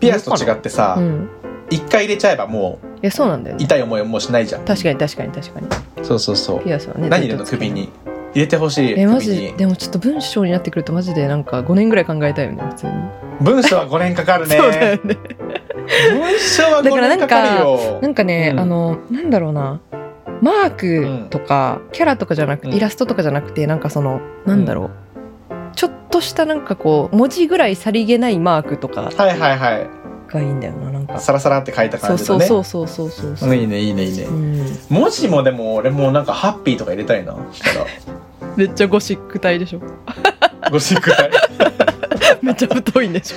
Speaker 2: ピアスと違ってさ
Speaker 3: うん、
Speaker 2: 一、回入れちゃえばも
Speaker 3: いやそうなんだよ
Speaker 2: う
Speaker 3: ね
Speaker 2: 痛い思いもうしないじゃん
Speaker 3: 確かに確かに確かに
Speaker 2: そうそうそう
Speaker 3: ピアスはね
Speaker 2: 何入れるの
Speaker 3: ずっとつけ
Speaker 2: 首に入れてほしい
Speaker 3: えマ
Speaker 2: 首
Speaker 3: ジ
Speaker 2: に
Speaker 3: でもちょっと文章になってくるとマジでなんか5年ぐらい考えたいよね普通に、
Speaker 2: 文章は5年かかるね
Speaker 3: そうだよね
Speaker 2: 文章は
Speaker 3: だか
Speaker 2: 5
Speaker 3: らな
Speaker 2: 年
Speaker 3: ん
Speaker 2: か
Speaker 3: か
Speaker 2: かるよ
Speaker 3: なんかね、
Speaker 2: うん
Speaker 3: あのなんだろうなマークとかキャラとかじゃなくて、
Speaker 2: うん
Speaker 3: イラストとかじゃなくてなんかそのなんだろう、ちょっとしたなんかこう文字ぐらいさりげないマークとか
Speaker 2: はいはいはい
Speaker 3: がいいんだよななんか、
Speaker 2: サラサラって書いた
Speaker 3: そ
Speaker 2: 感
Speaker 3: う
Speaker 2: じ
Speaker 3: そ
Speaker 2: の
Speaker 3: う
Speaker 2: ね
Speaker 3: そうそうそうそうそう
Speaker 2: うんいいねいいねいいね
Speaker 3: うん
Speaker 2: 文字もでも俺もうなんかハッピーとか入れたいなしたら
Speaker 3: めっちゃゴシック体 でしょ
Speaker 2: ゴシック体
Speaker 3: めっちゃ太いんでしょ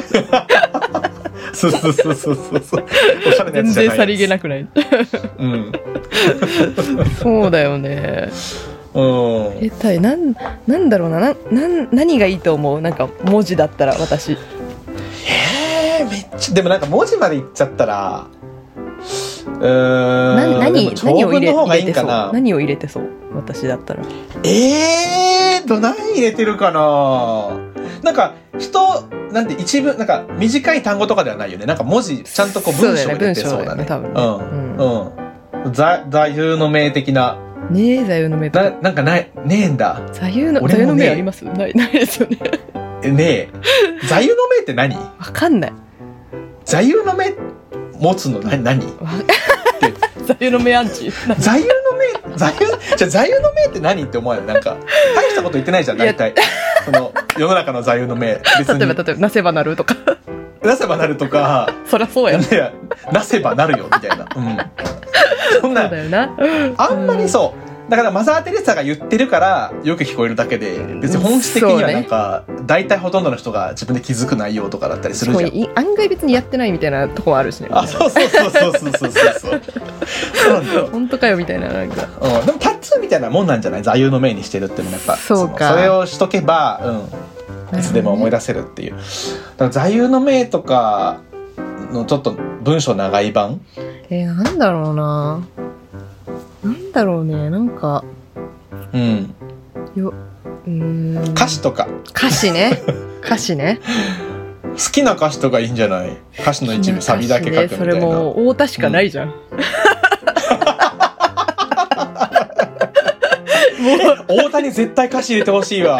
Speaker 2: そうそうそうそうそうそうおしゃれなや
Speaker 3: 全
Speaker 2: つじゃ
Speaker 3: 然
Speaker 2: ない
Speaker 3: さりげ
Speaker 2: な
Speaker 3: なくない
Speaker 2: うん
Speaker 3: そうだよね
Speaker 2: うん
Speaker 3: えたいなんなんだろうなななん何がいいと思うなんか文字だったら私
Speaker 2: えー、めっちゃでもなんか文字までいっちゃったらうーん
Speaker 3: な
Speaker 2: でも
Speaker 3: 何何
Speaker 2: 長
Speaker 3: を入
Speaker 2: 文
Speaker 3: れ
Speaker 2: の方が
Speaker 3: 入
Speaker 2: い
Speaker 3: れ
Speaker 2: いん
Speaker 3: て
Speaker 2: か
Speaker 3: そう
Speaker 2: な
Speaker 3: 何を入れてそう私だったら
Speaker 2: えーと何入れてるかななんか人なんて一文なんか短い単語とかではないよねなんか文字ちゃんとこう文章
Speaker 3: そうだよね
Speaker 2: 入れてそうだね
Speaker 3: 文章だよね
Speaker 2: う
Speaker 3: 多
Speaker 2: ん
Speaker 3: 分ね
Speaker 2: うん、座座右の銘的な
Speaker 3: ねえ座右の銘と
Speaker 2: な
Speaker 3: か
Speaker 2: なんかないねえんだ
Speaker 3: 座右の、
Speaker 2: 俺もね
Speaker 3: 座右の銘ありますないないですよね
Speaker 2: えねえ座右の銘って何
Speaker 3: わかんない
Speaker 2: 座右の銘持つのな何
Speaker 3: わ座右の銘アンチい
Speaker 2: 座右の銘座右じゃあ座右の銘って何って思うよなんか大したこと言ってないじゃん
Speaker 3: いや
Speaker 2: 大体その世の中の座右の銘別
Speaker 3: 例えば
Speaker 2: に
Speaker 3: 例えばなせばなるとか
Speaker 2: なせばなるとか
Speaker 3: そりゃそうや
Speaker 2: いやなせばなるよみたいな、うん、そん
Speaker 3: そ
Speaker 2: な
Speaker 3: うだよな
Speaker 2: あんまりそうだからマザー・テレサが言ってるからよく聞こえるだけで別に本質的にはなんか、大体ほとんどの人が自分で気づく内容とかだったりす
Speaker 3: す
Speaker 2: る
Speaker 3: ご
Speaker 2: じゃん
Speaker 3: い案外別にやってないみたいなとこはあるしね
Speaker 2: あそうそうそうそうそうそうそうそうなんだよ
Speaker 3: 本当かよみたいななんか
Speaker 2: うん、でもタッツーみたいなもんなんじゃない座右の銘にしてるってもやっぱ
Speaker 3: そうか
Speaker 2: のそれをしとけば、うん、いつでも思い出せるっていう、だから座右の銘とかのちょっと文章長い版
Speaker 3: えー、なんだろうななんだろうねなんか
Speaker 2: うん、
Speaker 3: うーん
Speaker 2: 歌詞とか
Speaker 3: 歌詞ね歌詞ね
Speaker 2: 好きな歌詞とかいいんじゃない歌詞の一部サビだけ書くみたいな
Speaker 3: それもう太田しかないじゃん、もう
Speaker 2: 大谷絶対歌詞入れてほしいわ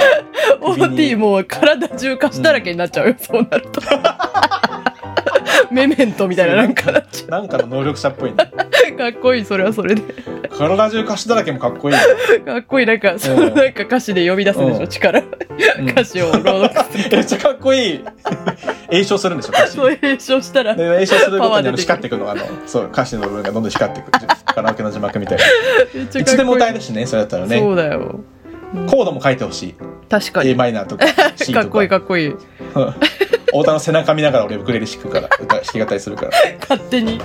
Speaker 3: OT もう体中貸しだらけになっちゃうよ、そうなるとメメントみたいななんかなっちゃ
Speaker 2: なんかの能力者っぽいね
Speaker 3: うかっこいいそれはそれで
Speaker 2: 体中歌詞だらけもかっこいいよ、
Speaker 3: かっこいいなんかそのなんか歌詞で呼び出すんでし
Speaker 2: う
Speaker 3: ょ
Speaker 2: ん
Speaker 3: 力
Speaker 2: うん
Speaker 3: 歌詞を朗読する
Speaker 2: めっちゃかっこいい栄唱するんでしょ歌詞
Speaker 3: そう詠唱したら
Speaker 2: で練習することに
Speaker 3: パワー出
Speaker 2: あの
Speaker 3: てくる
Speaker 2: 光ってくのあのそう歌詞の部分がどんどん光ってくるカラオケの字幕みたい
Speaker 3: めっち
Speaker 2: な
Speaker 3: ゃ
Speaker 2: い
Speaker 3: か
Speaker 2: つ
Speaker 3: っこいい
Speaker 2: でも歌えるしねそれだったら
Speaker 3: そ
Speaker 2: ね
Speaker 3: うだよ
Speaker 2: コードも書いてほしい
Speaker 3: 確か
Speaker 2: A
Speaker 3: に
Speaker 2: マイナーとか C と
Speaker 3: か
Speaker 2: か
Speaker 3: っこいいかっこいい
Speaker 2: うん太田の背中見ながら俺ウクレレ弾くから歌弾き語りする からち
Speaker 3: 勝手に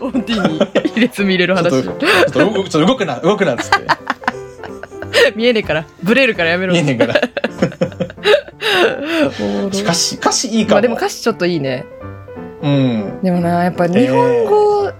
Speaker 3: OT に入れ墨入れる
Speaker 2: ょっと
Speaker 3: 話
Speaker 2: ちょっと動くちょっと動くな動くなっつって
Speaker 3: 見えねえからブレるからやめろ
Speaker 2: 見えねえから
Speaker 3: おもろい
Speaker 2: 歌詞歌詞いいか
Speaker 3: ま
Speaker 2: も,、
Speaker 3: あでも歌詞ちょっといいね
Speaker 2: うん
Speaker 3: でもなやっぱ日本語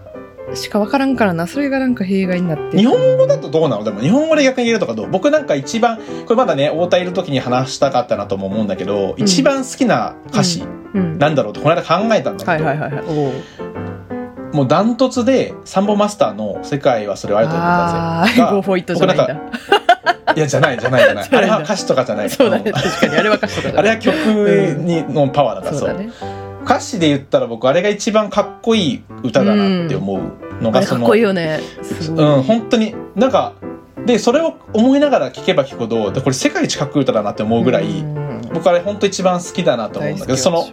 Speaker 3: しかわからんからなそれがなんか弊害になって
Speaker 2: 日本語だとどうなのでも日本語で逆に言えるとかどう僕なんか一番これまだね太田いる時に話したかったなとも思うんだけど、
Speaker 3: ん
Speaker 2: 一番好きな歌詞、
Speaker 3: うん
Speaker 2: なんだろうってこの間考えたんだけど、
Speaker 3: はいはいはいはいおう
Speaker 2: もうダントツでサンボマスターの「世界はそれを愛と思った
Speaker 3: あ
Speaker 2: ん
Speaker 3: あ
Speaker 2: ですよ
Speaker 3: ーゴーフォイットじゃないん
Speaker 2: 僕
Speaker 3: だ
Speaker 2: が。いやじゃないじゃないじゃない。
Speaker 3: そう
Speaker 2: あ
Speaker 3: なん
Speaker 2: れ
Speaker 3: だ
Speaker 2: は歌詞とかじゃない。
Speaker 3: そうだね
Speaker 2: うん
Speaker 3: 確かにあれは歌詞とかじゃ
Speaker 2: あれ
Speaker 3: ない
Speaker 2: は曲にのパワーだから
Speaker 3: そう
Speaker 2: そ
Speaker 3: だ
Speaker 2: う。
Speaker 3: ね
Speaker 2: 歌詞で言ったら僕あれが一番かっこいい歌だなって思うの
Speaker 3: あ
Speaker 2: が
Speaker 3: れか
Speaker 2: そ
Speaker 3: っ
Speaker 2: の
Speaker 3: こいいよねすごい、
Speaker 2: うん本当になんかでそれを思いながら聴けば聴くほどでこれ世界一かっこいい歌だなって思うぐらい、
Speaker 3: うん
Speaker 2: 僕あれ本当一番好きだなと思うんだけどその
Speaker 3: 大好き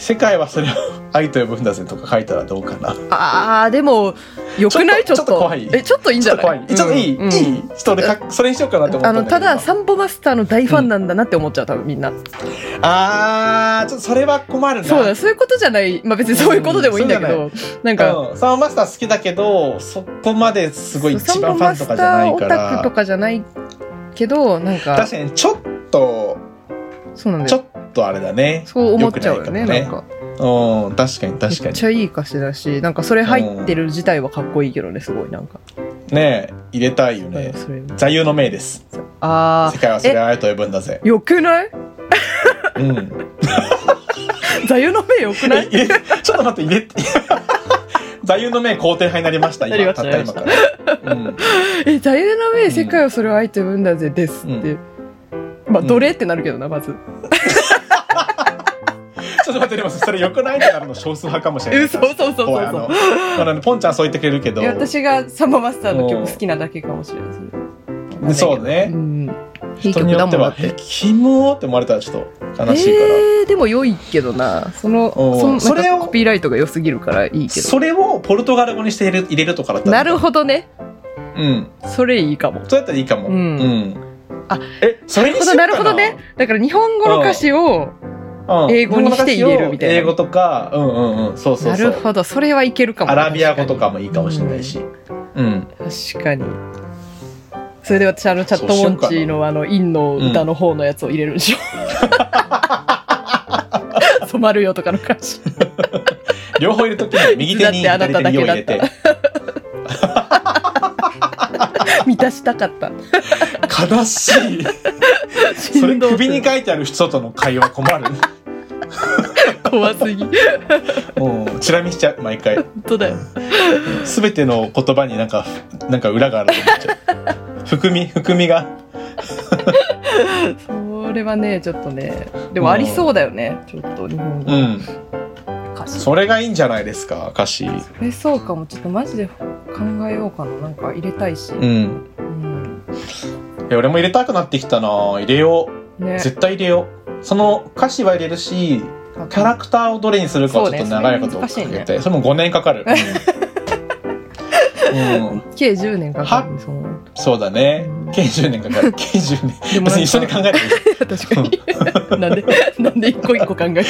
Speaker 2: 「世界はそれを愛と呼ぶんだぜ」とか書いたらどうかな。
Speaker 3: あーでもよくない
Speaker 2: ち
Speaker 3: ちょ
Speaker 2: ょっとち
Speaker 3: っと
Speaker 2: ょっと怖い
Speaker 3: えちょっといいんじ
Speaker 2: ちょ
Speaker 3: ゃ
Speaker 2: っと
Speaker 3: ない
Speaker 2: 怖い。ちょっといい、
Speaker 3: うん
Speaker 2: いい人でかそれにしようかなって思
Speaker 3: あ
Speaker 2: った
Speaker 3: の
Speaker 2: んだ
Speaker 3: た
Speaker 2: けど
Speaker 3: だサンボマスターの大ファンなんだなって思っちゃう多分みんな、
Speaker 2: 今あーちょっとそれは困るな
Speaker 3: そうだそういうことじゃないまあ別にそういうことでもいいんだけど、なんか、
Speaker 2: うん、サンボマスター好きだけどそこまですごい
Speaker 3: サ
Speaker 2: 一
Speaker 3: ン
Speaker 2: 番
Speaker 3: ボ
Speaker 2: ファ
Speaker 3: マ
Speaker 2: ン
Speaker 3: ス
Speaker 2: とか
Speaker 3: タ
Speaker 2: じゃ
Speaker 3: ー
Speaker 2: ない
Speaker 3: オ
Speaker 2: か
Speaker 3: タクと
Speaker 2: ら
Speaker 3: かじゃないけどなんか
Speaker 2: 確かにちょっと
Speaker 3: そうなんだ
Speaker 2: ちょ
Speaker 3: よ
Speaker 2: っとあれだね
Speaker 3: そう思っちゃうよね
Speaker 2: 良く
Speaker 3: な
Speaker 2: ない
Speaker 3: ん
Speaker 2: かも
Speaker 3: か
Speaker 2: うん確かに確
Speaker 3: め
Speaker 2: か
Speaker 3: っ
Speaker 2: に
Speaker 3: ちゃいい歌詞だしなんかそれ入ってる自体はかっこいいけどねすごいなんか、
Speaker 2: ねえ入れたいよね
Speaker 3: うんそれ
Speaker 2: 座右の銘です
Speaker 3: あ
Speaker 2: 世界はそれを愛と呼ぶんだぜ
Speaker 3: ーよくない
Speaker 2: うん
Speaker 3: 座右の銘よくない
Speaker 2: 入れちょっと待って入れ て座右の銘肯定派になりました
Speaker 3: なり
Speaker 2: 今
Speaker 3: ました
Speaker 2: たった今から、うん
Speaker 3: え座右の銘
Speaker 2: うん
Speaker 3: 世界をそれを愛と呼ぶんだぜですって、まあ
Speaker 2: うん
Speaker 3: 奴隷ってなるけどなまず、
Speaker 2: ちょっと待ってでもそれ良くないってなるの少数派かもしれな
Speaker 3: う
Speaker 2: い
Speaker 3: そうそうそうそう
Speaker 2: 怖いあのあのポンちゃんそう言ってくれるけど
Speaker 3: いや私がサンボマスターの曲好きなだけかもしれないそれ
Speaker 2: そうね
Speaker 3: うんいい
Speaker 2: 人
Speaker 3: 曲
Speaker 2: によ
Speaker 3: だ
Speaker 2: って
Speaker 3: もん
Speaker 2: は
Speaker 3: だっ
Speaker 2: え
Speaker 3: て
Speaker 2: キモーって思われたらちょっと悲しいから、
Speaker 3: えーでも良いけどなその
Speaker 2: うん
Speaker 3: その
Speaker 2: そ
Speaker 3: れ
Speaker 2: れを
Speaker 3: コピーライトが良すぎるからいいけど
Speaker 2: それをポルトガル語にして入れる入れるとかだったら
Speaker 3: なるほどね
Speaker 2: うん
Speaker 3: それいいかも
Speaker 2: そうやったらいいかも
Speaker 3: うんあ
Speaker 2: えそれにしようか
Speaker 3: なるほどなるほだから日本語の歌詞を
Speaker 2: うん
Speaker 3: 英語にして入れるみたいな
Speaker 2: 英語とかうんうんうんそうそう
Speaker 3: な
Speaker 2: そう
Speaker 3: るほどそれはいけるかも
Speaker 2: アラビア語とかもいいかもしれないしうん、
Speaker 3: 確かにそれで私あのチャットモンチーのあのインの歌の方のやつを入れるで しょ、 染まるよとかの歌詞
Speaker 2: 両方入れときに右手に
Speaker 3: だってあ
Speaker 2: 左
Speaker 3: なた
Speaker 2: 手
Speaker 3: だ
Speaker 2: に
Speaker 3: け
Speaker 2: よう
Speaker 3: だ
Speaker 2: 入
Speaker 3: っ
Speaker 2: れ
Speaker 3: た
Speaker 2: て
Speaker 3: 満たしたかった
Speaker 2: 悲し いそれ首に書いてある人との会話困る
Speaker 3: 怖すぎ本
Speaker 2: うんチラ見しちゃう毎回
Speaker 3: 当だよ
Speaker 2: すべての言葉になんか、なんか裏があると思っちゃう。含み、含みが。
Speaker 3: それはねちょっとねでもありそうだよねちょっと日本語
Speaker 2: うん。
Speaker 3: 歌詞、
Speaker 2: それがいいんじゃないですか、歌詞。
Speaker 3: それそうかもちょっとマジで考えようかななんか入れたいし、
Speaker 2: うん。
Speaker 3: うん
Speaker 2: いや俺も入れたくなってきたな入れよう。
Speaker 3: ね
Speaker 2: 絶対入れよう。その歌詞は入れるし、キャラクターをどれにするかはちょっと長いことか
Speaker 3: そ
Speaker 2: け
Speaker 3: うね
Speaker 2: て、それも5年かかる。うん。うん
Speaker 3: 計10年かかるそう
Speaker 2: そうだね。計10年か かる。計10年。
Speaker 3: でもな
Speaker 2: 別
Speaker 3: んか
Speaker 2: に一緒に考えて
Speaker 3: 確かに なんでなんで一個一個考える
Speaker 2: る。なんで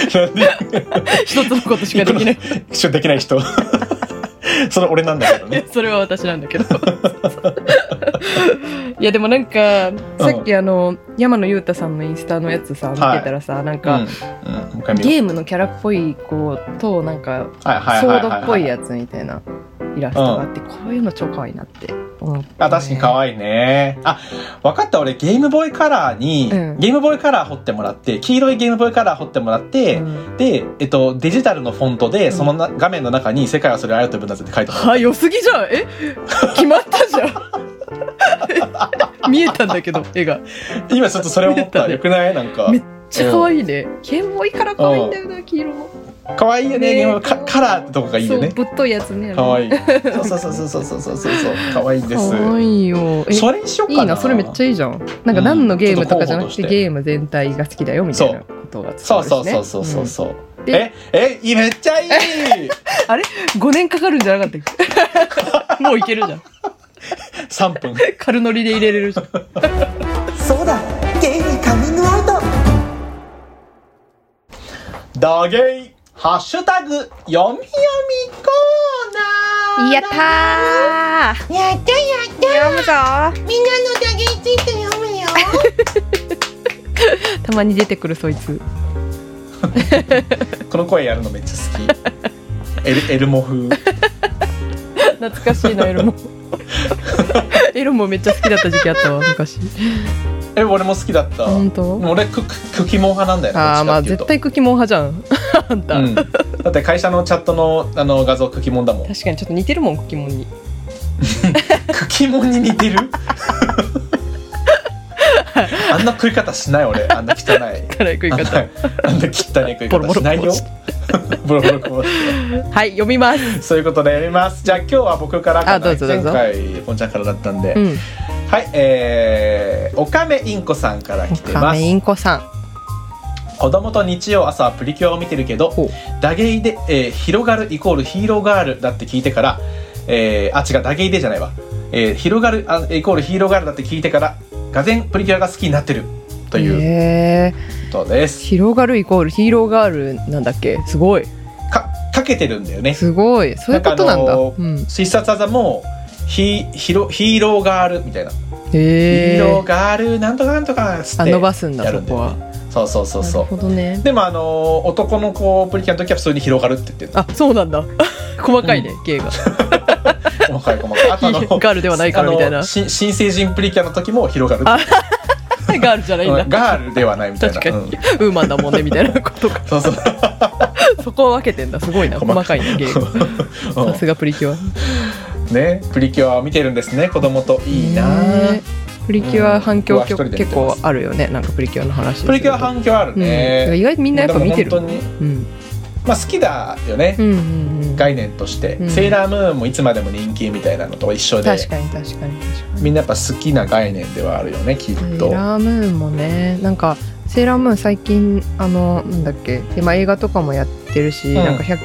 Speaker 3: 一つのことしかで きない
Speaker 2: 一緒にできない人。 それ俺なんだけどね。
Speaker 3: それは私なん だけどいやでもなんかさっきあの山野裕太さんのインスタのやつさ見てたらさ、なん
Speaker 2: うん。うん
Speaker 3: か、
Speaker 2: もう一回見よう
Speaker 3: ゲームのキャラっぽい子となんか
Speaker 2: はいはい
Speaker 3: ソ
Speaker 2: はい
Speaker 3: ー
Speaker 2: はいは
Speaker 3: ド
Speaker 2: い
Speaker 3: っぽいやつみたいなイラストがあって、こういうの超可愛いなって思って、
Speaker 2: あ確かに可
Speaker 3: い
Speaker 2: 愛いねあ分かった俺ゲームボーイカラーに、
Speaker 3: うん
Speaker 2: ゲームボーイカラー掘ってもらって黄色いゲームボーイカラー掘ってもらって、で、えっと、デジタルのフォントで、
Speaker 3: ん
Speaker 2: そのな画面の中に「世界はそれを愛を呼ぶんだぜ」って書いてもら
Speaker 3: は良すぎじゃんえ 決まったじゃん 見えたんだけど絵がめっ
Speaker 2: う今ちょっとそれ思っ
Speaker 3: 見えた
Speaker 2: た
Speaker 3: ね
Speaker 2: よくないなんか
Speaker 3: めちゃ可愛いねゲームボーイから可愛いんだよな黄色も
Speaker 2: 可愛いよね
Speaker 3: ね
Speaker 2: ゲームボーイカカラーってとこがいいよね
Speaker 3: そうぶっといやつね
Speaker 2: 可愛いそうそうそうそうそうそうそうそう可愛いんです
Speaker 3: 可愛いよえ
Speaker 2: それにしよう
Speaker 3: い
Speaker 2: かない
Speaker 3: なそれめっちゃいいじゃんなんか
Speaker 2: うん
Speaker 3: 何のゲームとかじゃなく
Speaker 2: ち
Speaker 3: て
Speaker 2: ょっと候補として
Speaker 3: ゲーム全体が好きだよみたいなことが伝
Speaker 2: そ
Speaker 3: わ
Speaker 2: う
Speaker 3: るし
Speaker 2: そう
Speaker 3: ね
Speaker 2: そうそうそうそう、
Speaker 3: で
Speaker 2: ええいいめっちゃ いい
Speaker 3: うん5年かかるんじゃなかったっけ もういけるじゃん
Speaker 2: 3分
Speaker 3: 軽乗りで入れれるじゃん
Speaker 4: そうだゲイにカミングアウト
Speaker 2: ダゲイハッシュタグ読み読みコーナー
Speaker 5: やったーやったやった読むぞみんなの打撃ついて読むよ
Speaker 3: たまに出てくるそいつ
Speaker 2: この声やるのめっちゃ好きエルエルモ風
Speaker 3: 懐かしいなエ ルモエルモめっちゃ好きだった時期あったわ昔
Speaker 2: え俺も好きだった
Speaker 3: 本当
Speaker 2: 俺クククキモン派なんだよね
Speaker 3: ああーま
Speaker 2: どっ
Speaker 3: あ
Speaker 2: ち
Speaker 3: 絶
Speaker 2: かってい
Speaker 3: 対クキモン派じゃんあんた、
Speaker 2: うとうん、だって会社のチャットのあの画像クキモンだもん
Speaker 3: 確かにちょっと似てるもんクキモンに
Speaker 2: クキモンに似てる あんな食い方しない俺あんな汚い
Speaker 3: 辛い食い
Speaker 2: あん
Speaker 3: 方
Speaker 2: なあんな汚い食い
Speaker 3: ボロボ
Speaker 2: 方
Speaker 3: ロ
Speaker 2: しないよボロボロこぼして
Speaker 3: はい読みます
Speaker 2: そういうことでやりますじゃあ今日は僕からか
Speaker 3: あ
Speaker 2: な
Speaker 3: どうぞどう
Speaker 2: 前
Speaker 3: ぞ
Speaker 2: 回ポンちゃんからだったんで、
Speaker 3: うん
Speaker 2: はいえー、おかめインコさんから来て
Speaker 3: カ
Speaker 2: ま
Speaker 3: メ
Speaker 2: す
Speaker 3: インコさん
Speaker 2: 子供と日曜朝プリキュアを見てるけど
Speaker 3: ほう
Speaker 2: ダゲイで、えー広がるイコールヒーローガールだって聞いてから、えーあ違うダゲイでじゃないわ、えー広がるあイコールヒーローガールだって聞いてからがぜんプリキュアが好きになってるという
Speaker 3: へえ
Speaker 2: ことです、
Speaker 3: 広がるイコールヒーローガールなんだっけすごい
Speaker 2: かかけてるんだよね
Speaker 3: すごいそういうことな
Speaker 2: な
Speaker 3: んだ
Speaker 2: んかあのー
Speaker 3: うん
Speaker 2: 必殺技もヒヒロヒーローガールみたいな、ヒ
Speaker 3: へ
Speaker 2: ーロー
Speaker 3: え
Speaker 2: ガールなんとかなんとかっつっ
Speaker 3: あ
Speaker 2: て
Speaker 3: 伸ばすんだ
Speaker 2: やる
Speaker 3: そ
Speaker 2: んだ
Speaker 3: こ
Speaker 2: よ
Speaker 3: は
Speaker 2: ねそうそうそうそ
Speaker 3: なるほどね
Speaker 2: うでもあのー男の子プリキュアの時は普通に広がるって言ってる
Speaker 3: あそうなんだ 細かいね芸が
Speaker 2: 細かい細かいあとあの
Speaker 3: いいガールではないからみたいな
Speaker 2: あのし新成人プリキュアの時も広がる
Speaker 3: あガールじゃないんだ
Speaker 2: うんガールではないみたいな
Speaker 3: 確かに、
Speaker 2: うん
Speaker 3: ウーマンだもんねみたいなことか
Speaker 2: そうそう
Speaker 3: そこを分けてんだすごいな
Speaker 2: 細か
Speaker 3: 細
Speaker 2: い
Speaker 3: かいね芸が
Speaker 2: うん
Speaker 3: さすがプリキュア
Speaker 2: ねプリキュアを見てるんですね子供といいな
Speaker 3: ねプリキュア反響
Speaker 2: うん僕は
Speaker 3: 曲
Speaker 2: 一人で見
Speaker 3: 結
Speaker 2: てま
Speaker 3: 構
Speaker 2: す
Speaker 3: あるよねなんかプリキュアの話すると
Speaker 2: プリキュア反響あるね、
Speaker 3: うん、意外とみんなやっぱ見てる
Speaker 2: でも本当
Speaker 3: うん
Speaker 2: まあ好きだよね、
Speaker 3: うんうんうん
Speaker 2: 概念として、
Speaker 3: うん
Speaker 2: セーラームーンもいつまでも人気みたいなのと一緒で
Speaker 3: 確かに確かに確かに
Speaker 2: みんなやっぱ好きな概念ではあるよねきっ
Speaker 3: セー
Speaker 2: と。
Speaker 3: ラームーンもねなんかセーラームーン最近あのなんだっけで、まあ、映画とかもやってるし、
Speaker 2: ん
Speaker 3: なんか100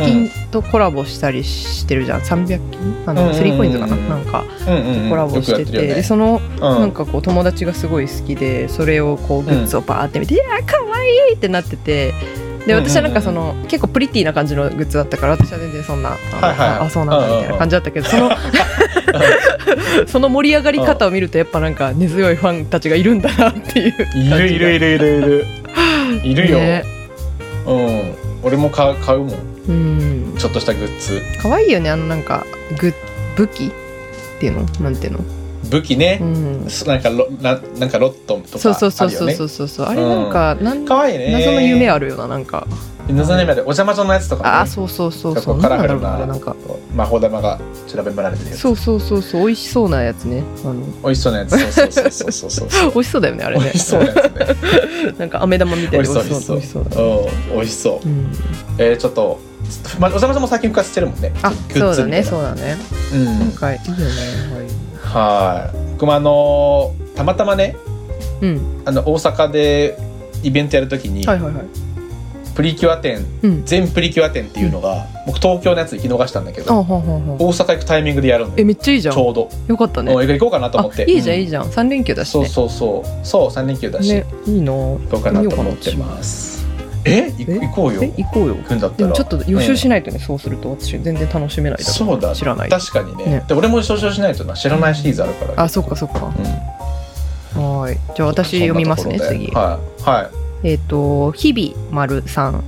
Speaker 2: うん
Speaker 3: 均とコラボしたりしてるじゃん、300均あ
Speaker 2: うんう
Speaker 3: の、
Speaker 2: んうん
Speaker 3: スリーコインズかななんか
Speaker 2: うんうん
Speaker 3: コラボして,、
Speaker 2: よくやってるよね
Speaker 3: でその
Speaker 2: うん
Speaker 3: なんかこう友達がすごい好きでそれをこうグッズをバーって見て「いやーかわいい!」ってなっててで
Speaker 2: うんうんうん
Speaker 3: 私はなんかその結構プリティな感じのグッズだったから私は全然そんな「あの
Speaker 2: はいはい
Speaker 3: ああそうなん
Speaker 2: うんうんうん
Speaker 3: だ」みたいな感じだったけど そのその盛り上がり方を見るとやっぱなんか根強いファンたちがいるんだなっていう感じ
Speaker 2: い
Speaker 3: が
Speaker 2: るいるいるいるいるいるよ、
Speaker 3: ね
Speaker 2: うん俺も買う買うもん
Speaker 3: うん
Speaker 2: ちょっとしたグッズ
Speaker 3: 可愛いよねあのなんかグ武器っていうのなんていうの、
Speaker 2: 武器ね
Speaker 3: う、ん、
Speaker 2: すなんかロななんかロットンとかあるよね
Speaker 3: そうそうそうそうそうそうそうあれなんか、なん
Speaker 2: かわいいね
Speaker 3: 謎の夢
Speaker 2: あ
Speaker 3: あるよななんか
Speaker 2: 謎の夢あるお邪魔女のやつとか、ね、
Speaker 3: あーそうそうそうそう
Speaker 2: こうカラフル
Speaker 3: んだ
Speaker 2: な
Speaker 3: ろうねなんか
Speaker 2: 魔法玉が調べられてるやつ
Speaker 3: そうそうそうそう美味しそうなやつねあ の
Speaker 2: 美味しそうなやつそうそうそうそうそうそう
Speaker 3: 美味しそうだ よねあれ
Speaker 2: 美
Speaker 3: ね
Speaker 2: 味しそうなやつね
Speaker 3: なんか飴玉みたいで美味しそう美味しそうだね
Speaker 2: うん美味しそう
Speaker 3: うん
Speaker 2: えー、ちょっと、まあ、お邪魔さんも最近復活してるもんね
Speaker 3: あ
Speaker 2: グ
Speaker 3: そ
Speaker 2: ッ
Speaker 3: う
Speaker 2: ズ
Speaker 3: だ
Speaker 2: みたい
Speaker 3: ね
Speaker 2: な
Speaker 3: そうだね
Speaker 2: うん
Speaker 3: 今回いいよねはい
Speaker 2: はい僕もあのーたまたまね
Speaker 3: うん
Speaker 2: あの大阪でイベントやるときに、
Speaker 3: はいはいはい
Speaker 2: プリキュア展
Speaker 3: うん
Speaker 2: 全プリキュア展っていうのが、僕東京のやつ行き逃したんだけ
Speaker 3: あ
Speaker 2: ど
Speaker 3: はんはんはん
Speaker 2: 大阪行くタイミングでやるの
Speaker 3: え
Speaker 2: よ
Speaker 3: めっちゃいいじゃん
Speaker 2: ちょうど、
Speaker 3: よかった
Speaker 2: う
Speaker 3: ね
Speaker 2: ん映画行こうかなと思
Speaker 3: あ
Speaker 2: って
Speaker 3: いいじゃんいい
Speaker 2: じ
Speaker 3: じゃん三連休だし
Speaker 2: そう
Speaker 3: ね
Speaker 2: そうそうそう三連休だし、
Speaker 3: ねいいな
Speaker 2: 行
Speaker 3: 行
Speaker 2: こうかなと思ってますえい
Speaker 3: え
Speaker 2: 行こうよ
Speaker 3: え行こうよ
Speaker 2: 行くんだった
Speaker 3: で
Speaker 2: ら
Speaker 3: もちょっと予習しないとねそうすると私全然楽しめないだろ
Speaker 2: そうだ
Speaker 3: 知らない
Speaker 2: 確かにね
Speaker 3: ね
Speaker 2: で俺も少々しないとな知らないシリーズあるから
Speaker 3: あそっかそっか
Speaker 2: うん
Speaker 3: はーいじゃあ私読みますね
Speaker 2: そんなところで
Speaker 3: 次
Speaker 2: はいは
Speaker 3: えっと日々丸さん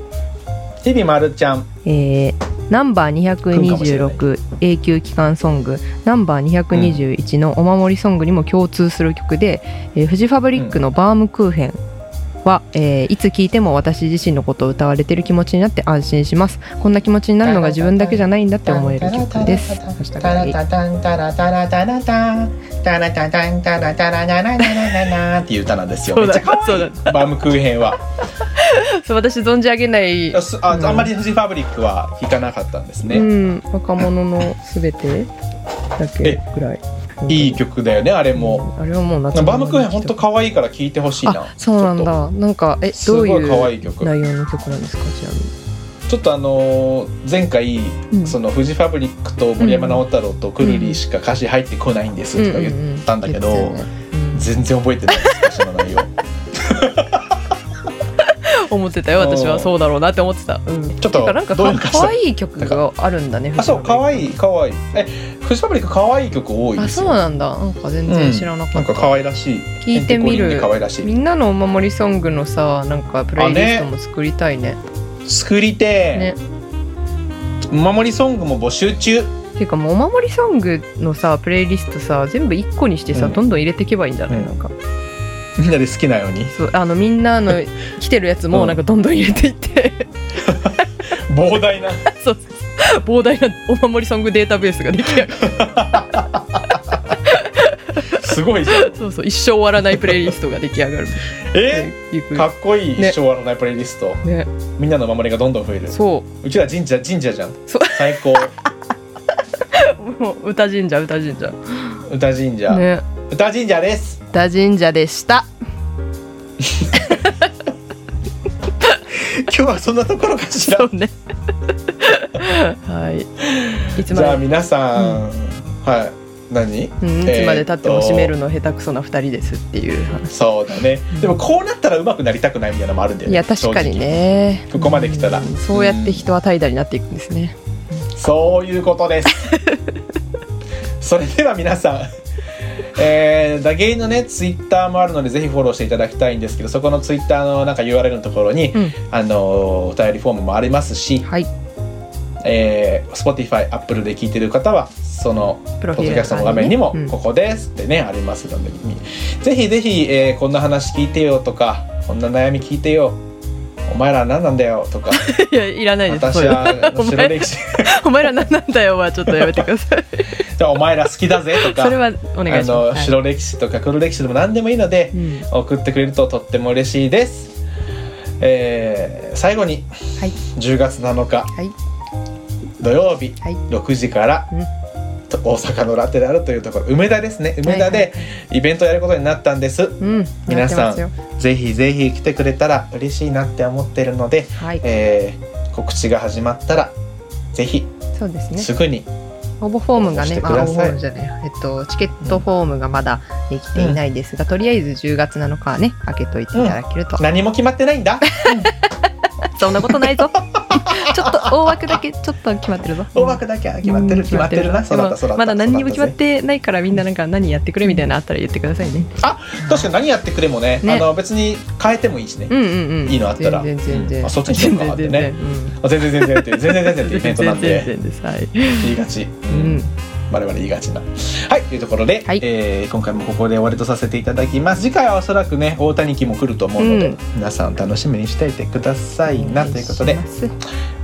Speaker 2: い日々まるちゃん
Speaker 3: えーナンバー226永久期間ソングナンバー221のお守りソングにも共通する曲で、えーフジファブリックの「バームクーヘン」は、えーいつ聴いても私自身のことを歌われてる気持ちになって安心しますこんな気持ちになるのが自分だけじゃないんだって思える曲です
Speaker 2: っていう歌なんですよ。めっちゃ可愛い。バームクーヘンは。
Speaker 3: そう私存じ上げ ない
Speaker 2: あすああんまりフジファブリックは弾かなかったんです
Speaker 3: う
Speaker 2: ね。
Speaker 3: ん、若者のすべてだけぐらい
Speaker 2: いい曲だよね、あれも。
Speaker 3: あれはもうバ
Speaker 2: バームクーヘン本当可愛いから聴いてほしい
Speaker 3: あ
Speaker 2: な。
Speaker 3: そうなんだなんかえ
Speaker 2: す
Speaker 3: ど
Speaker 2: ご
Speaker 3: うい
Speaker 2: い可愛
Speaker 3: う
Speaker 2: い曲。
Speaker 3: 内容の曲なんですかちなみに
Speaker 2: ちょっとあのー前回、
Speaker 3: うん
Speaker 2: そのフジファブリックと森山直太朗とくるりしか歌詞入ってこないんですとか言ったんだけど、
Speaker 3: うんうんうん言ってたよね
Speaker 2: 全然覚えてないです歌詞の 内容。
Speaker 3: うん思ってたよ私
Speaker 2: う
Speaker 3: は
Speaker 2: ん
Speaker 3: そうだろうなって思ってた、うん、
Speaker 2: ちょっと
Speaker 3: てかなんか
Speaker 2: どういう
Speaker 3: か
Speaker 2: 歌詞だ
Speaker 3: 可愛い曲があるんだね
Speaker 2: あそう可愛
Speaker 3: い
Speaker 2: い可愛いえフジファブリック可愛い曲多い
Speaker 3: あ
Speaker 2: です
Speaker 3: そう
Speaker 2: よ
Speaker 3: なんだなんか全然知らなか
Speaker 2: なん
Speaker 3: った、
Speaker 2: か可愛らしい
Speaker 3: 聞いてみ
Speaker 2: ヘンテコリン
Speaker 3: る
Speaker 2: に可愛らし
Speaker 3: み
Speaker 2: い
Speaker 3: んなのお守りソングのさなんかプレイリストも作りたいね
Speaker 2: 作りて
Speaker 3: ね
Speaker 2: ーお守りソングも募集中
Speaker 3: ていうかもうお守りソングのさプレイリストさ全部1個にしてさ、
Speaker 2: うん
Speaker 3: どんどん入れていけばいいんじゃない、
Speaker 2: うん
Speaker 3: なんか
Speaker 2: みんなで好きなように
Speaker 3: そうあのみん なの来てるやつ
Speaker 2: う
Speaker 3: も
Speaker 2: ん
Speaker 3: なんかどんどん入れていって
Speaker 2: 膨大な
Speaker 3: そうそうそう膨大なお守りソングデータベースが出来上がる
Speaker 2: すごいじゃん
Speaker 3: そうそう一生終わらないプレイリストが出来上がる
Speaker 2: え
Speaker 3: いく
Speaker 2: かっこいい
Speaker 3: ね
Speaker 2: 一生終わらないプレイリスト
Speaker 3: ね
Speaker 2: みんなのお守りがどんどん増える
Speaker 3: そう
Speaker 2: うちら神社神社じゃん
Speaker 3: そう
Speaker 2: 最高
Speaker 3: もう歌神社歌神社
Speaker 2: 歌神社、
Speaker 3: ね
Speaker 2: 歌神社です
Speaker 3: 歌神社でした
Speaker 2: 今日はそんなところかしら
Speaker 3: そうね はいいつ
Speaker 2: じゃあ
Speaker 3: まで
Speaker 2: 皆さん、はい何
Speaker 3: うん、いつまで経っても
Speaker 2: えーっと
Speaker 3: 閉めるの下手くそな2人ですっていう話
Speaker 2: そうだねでもこうなったら上手くなりたくないみたいなのもあるんだよ
Speaker 3: い
Speaker 2: ね
Speaker 3: や確かにね
Speaker 2: 正直ここまで来たら
Speaker 3: うんそうやって人は怠惰になっていくんですね
Speaker 2: そういうこと ですそれでは皆さんえー、ダゲイのねツイッターもあるのでぜひフォローしていただきたいんですけどそこのツイッターのなんか URL のところに、
Speaker 3: うん
Speaker 2: あのーお便りフォームもありますし、
Speaker 3: はい
Speaker 2: えー、Spotify、Apple で聞いてる方はその
Speaker 3: プロフ
Speaker 2: ポッ
Speaker 3: ィー
Speaker 2: ドキ
Speaker 3: ル
Speaker 2: ャストの画面にも
Speaker 3: うん
Speaker 2: 「ここです」ってね、ありますのでぜひぜひ、えーこんな話聞いてよ」とか「こんな悩み聞いてよ」「お前ら何なんだよ」 とか「
Speaker 3: いやいらないです
Speaker 2: 私
Speaker 3: そういうの
Speaker 2: は
Speaker 3: お前
Speaker 2: 白歴史
Speaker 3: お前ら何なんだよはちょっとやめてください
Speaker 2: じゃあお前ら好きだぜ」とか
Speaker 3: それはお願いします
Speaker 2: あの
Speaker 3: はい
Speaker 2: 白歴史とか黒歴史でも何でもいいので
Speaker 3: う、ん
Speaker 2: 送ってくれるととっても嬉しいです。えー最後に、
Speaker 3: はい
Speaker 2: 10月7日
Speaker 3: はい
Speaker 2: 土曜日、
Speaker 3: はい
Speaker 2: 6時から、
Speaker 3: うん
Speaker 2: と大阪のラテラルというところ梅田ですね梅田
Speaker 3: はい
Speaker 2: でイベントをやることになったんです、
Speaker 3: うん
Speaker 2: 皆さん
Speaker 3: やってま
Speaker 2: ぜひぜひ来てくれたら嬉しいなって思ってるので、
Speaker 3: すよはい
Speaker 2: えー告知が始まったらぜひ
Speaker 3: そうですね
Speaker 2: すぐに、
Speaker 3: 応募フォームがね、
Speaker 2: 応募して
Speaker 3: あ、
Speaker 2: ください
Speaker 3: 応募フォームじゃない、えっと、チケットフォームがまだできていないですが、とりあえず10月7日はね、開けといていただけると。
Speaker 2: 何も決まってないん だ
Speaker 3: そんなことないぞ。 ちょっと大枠だけ、ちょっと決まってるぞ。
Speaker 2: 大枠だけは決まってる、
Speaker 3: うん
Speaker 2: 決まってるな
Speaker 3: 決
Speaker 2: そう
Speaker 3: ま
Speaker 2: だ
Speaker 3: っ
Speaker 2: ってたそ
Speaker 3: る
Speaker 2: うだった
Speaker 3: まだ何にも決まっ
Speaker 2: そうだ
Speaker 3: てないから、みんななんか何やってくれみたいなのあったら言ってくださいね。
Speaker 2: ったぜ確かに何やってくれもね
Speaker 3: ね
Speaker 2: あの別に変えてもいいしね、
Speaker 3: うんうんうん。
Speaker 2: いいのあったら
Speaker 3: 全然全
Speaker 2: うん
Speaker 3: 然。
Speaker 2: あそっちにしようかってね
Speaker 3: 全然全然う
Speaker 2: 全然全
Speaker 3: ん
Speaker 2: 然っていう全然全然っていうイベントなん
Speaker 3: 全然
Speaker 2: で
Speaker 3: 全然です。はい。
Speaker 2: 言いがち、
Speaker 3: うん。
Speaker 2: 我々言いがちな。はいというところで、
Speaker 3: はい
Speaker 2: えー今回もここで終わりとさせていただきます次回はおそらくね大谷期も来ると思うので、
Speaker 3: うん
Speaker 2: 皆さんお楽しみにしていてくださいなということで
Speaker 3: お願いします。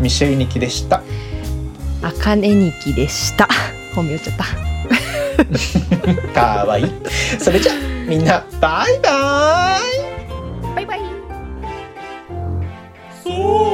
Speaker 2: ミシェルニキで した
Speaker 3: あかねにきでした。 本名言っちゃった。
Speaker 2: かわいいそれじゃあみんなバイバイ
Speaker 1: そう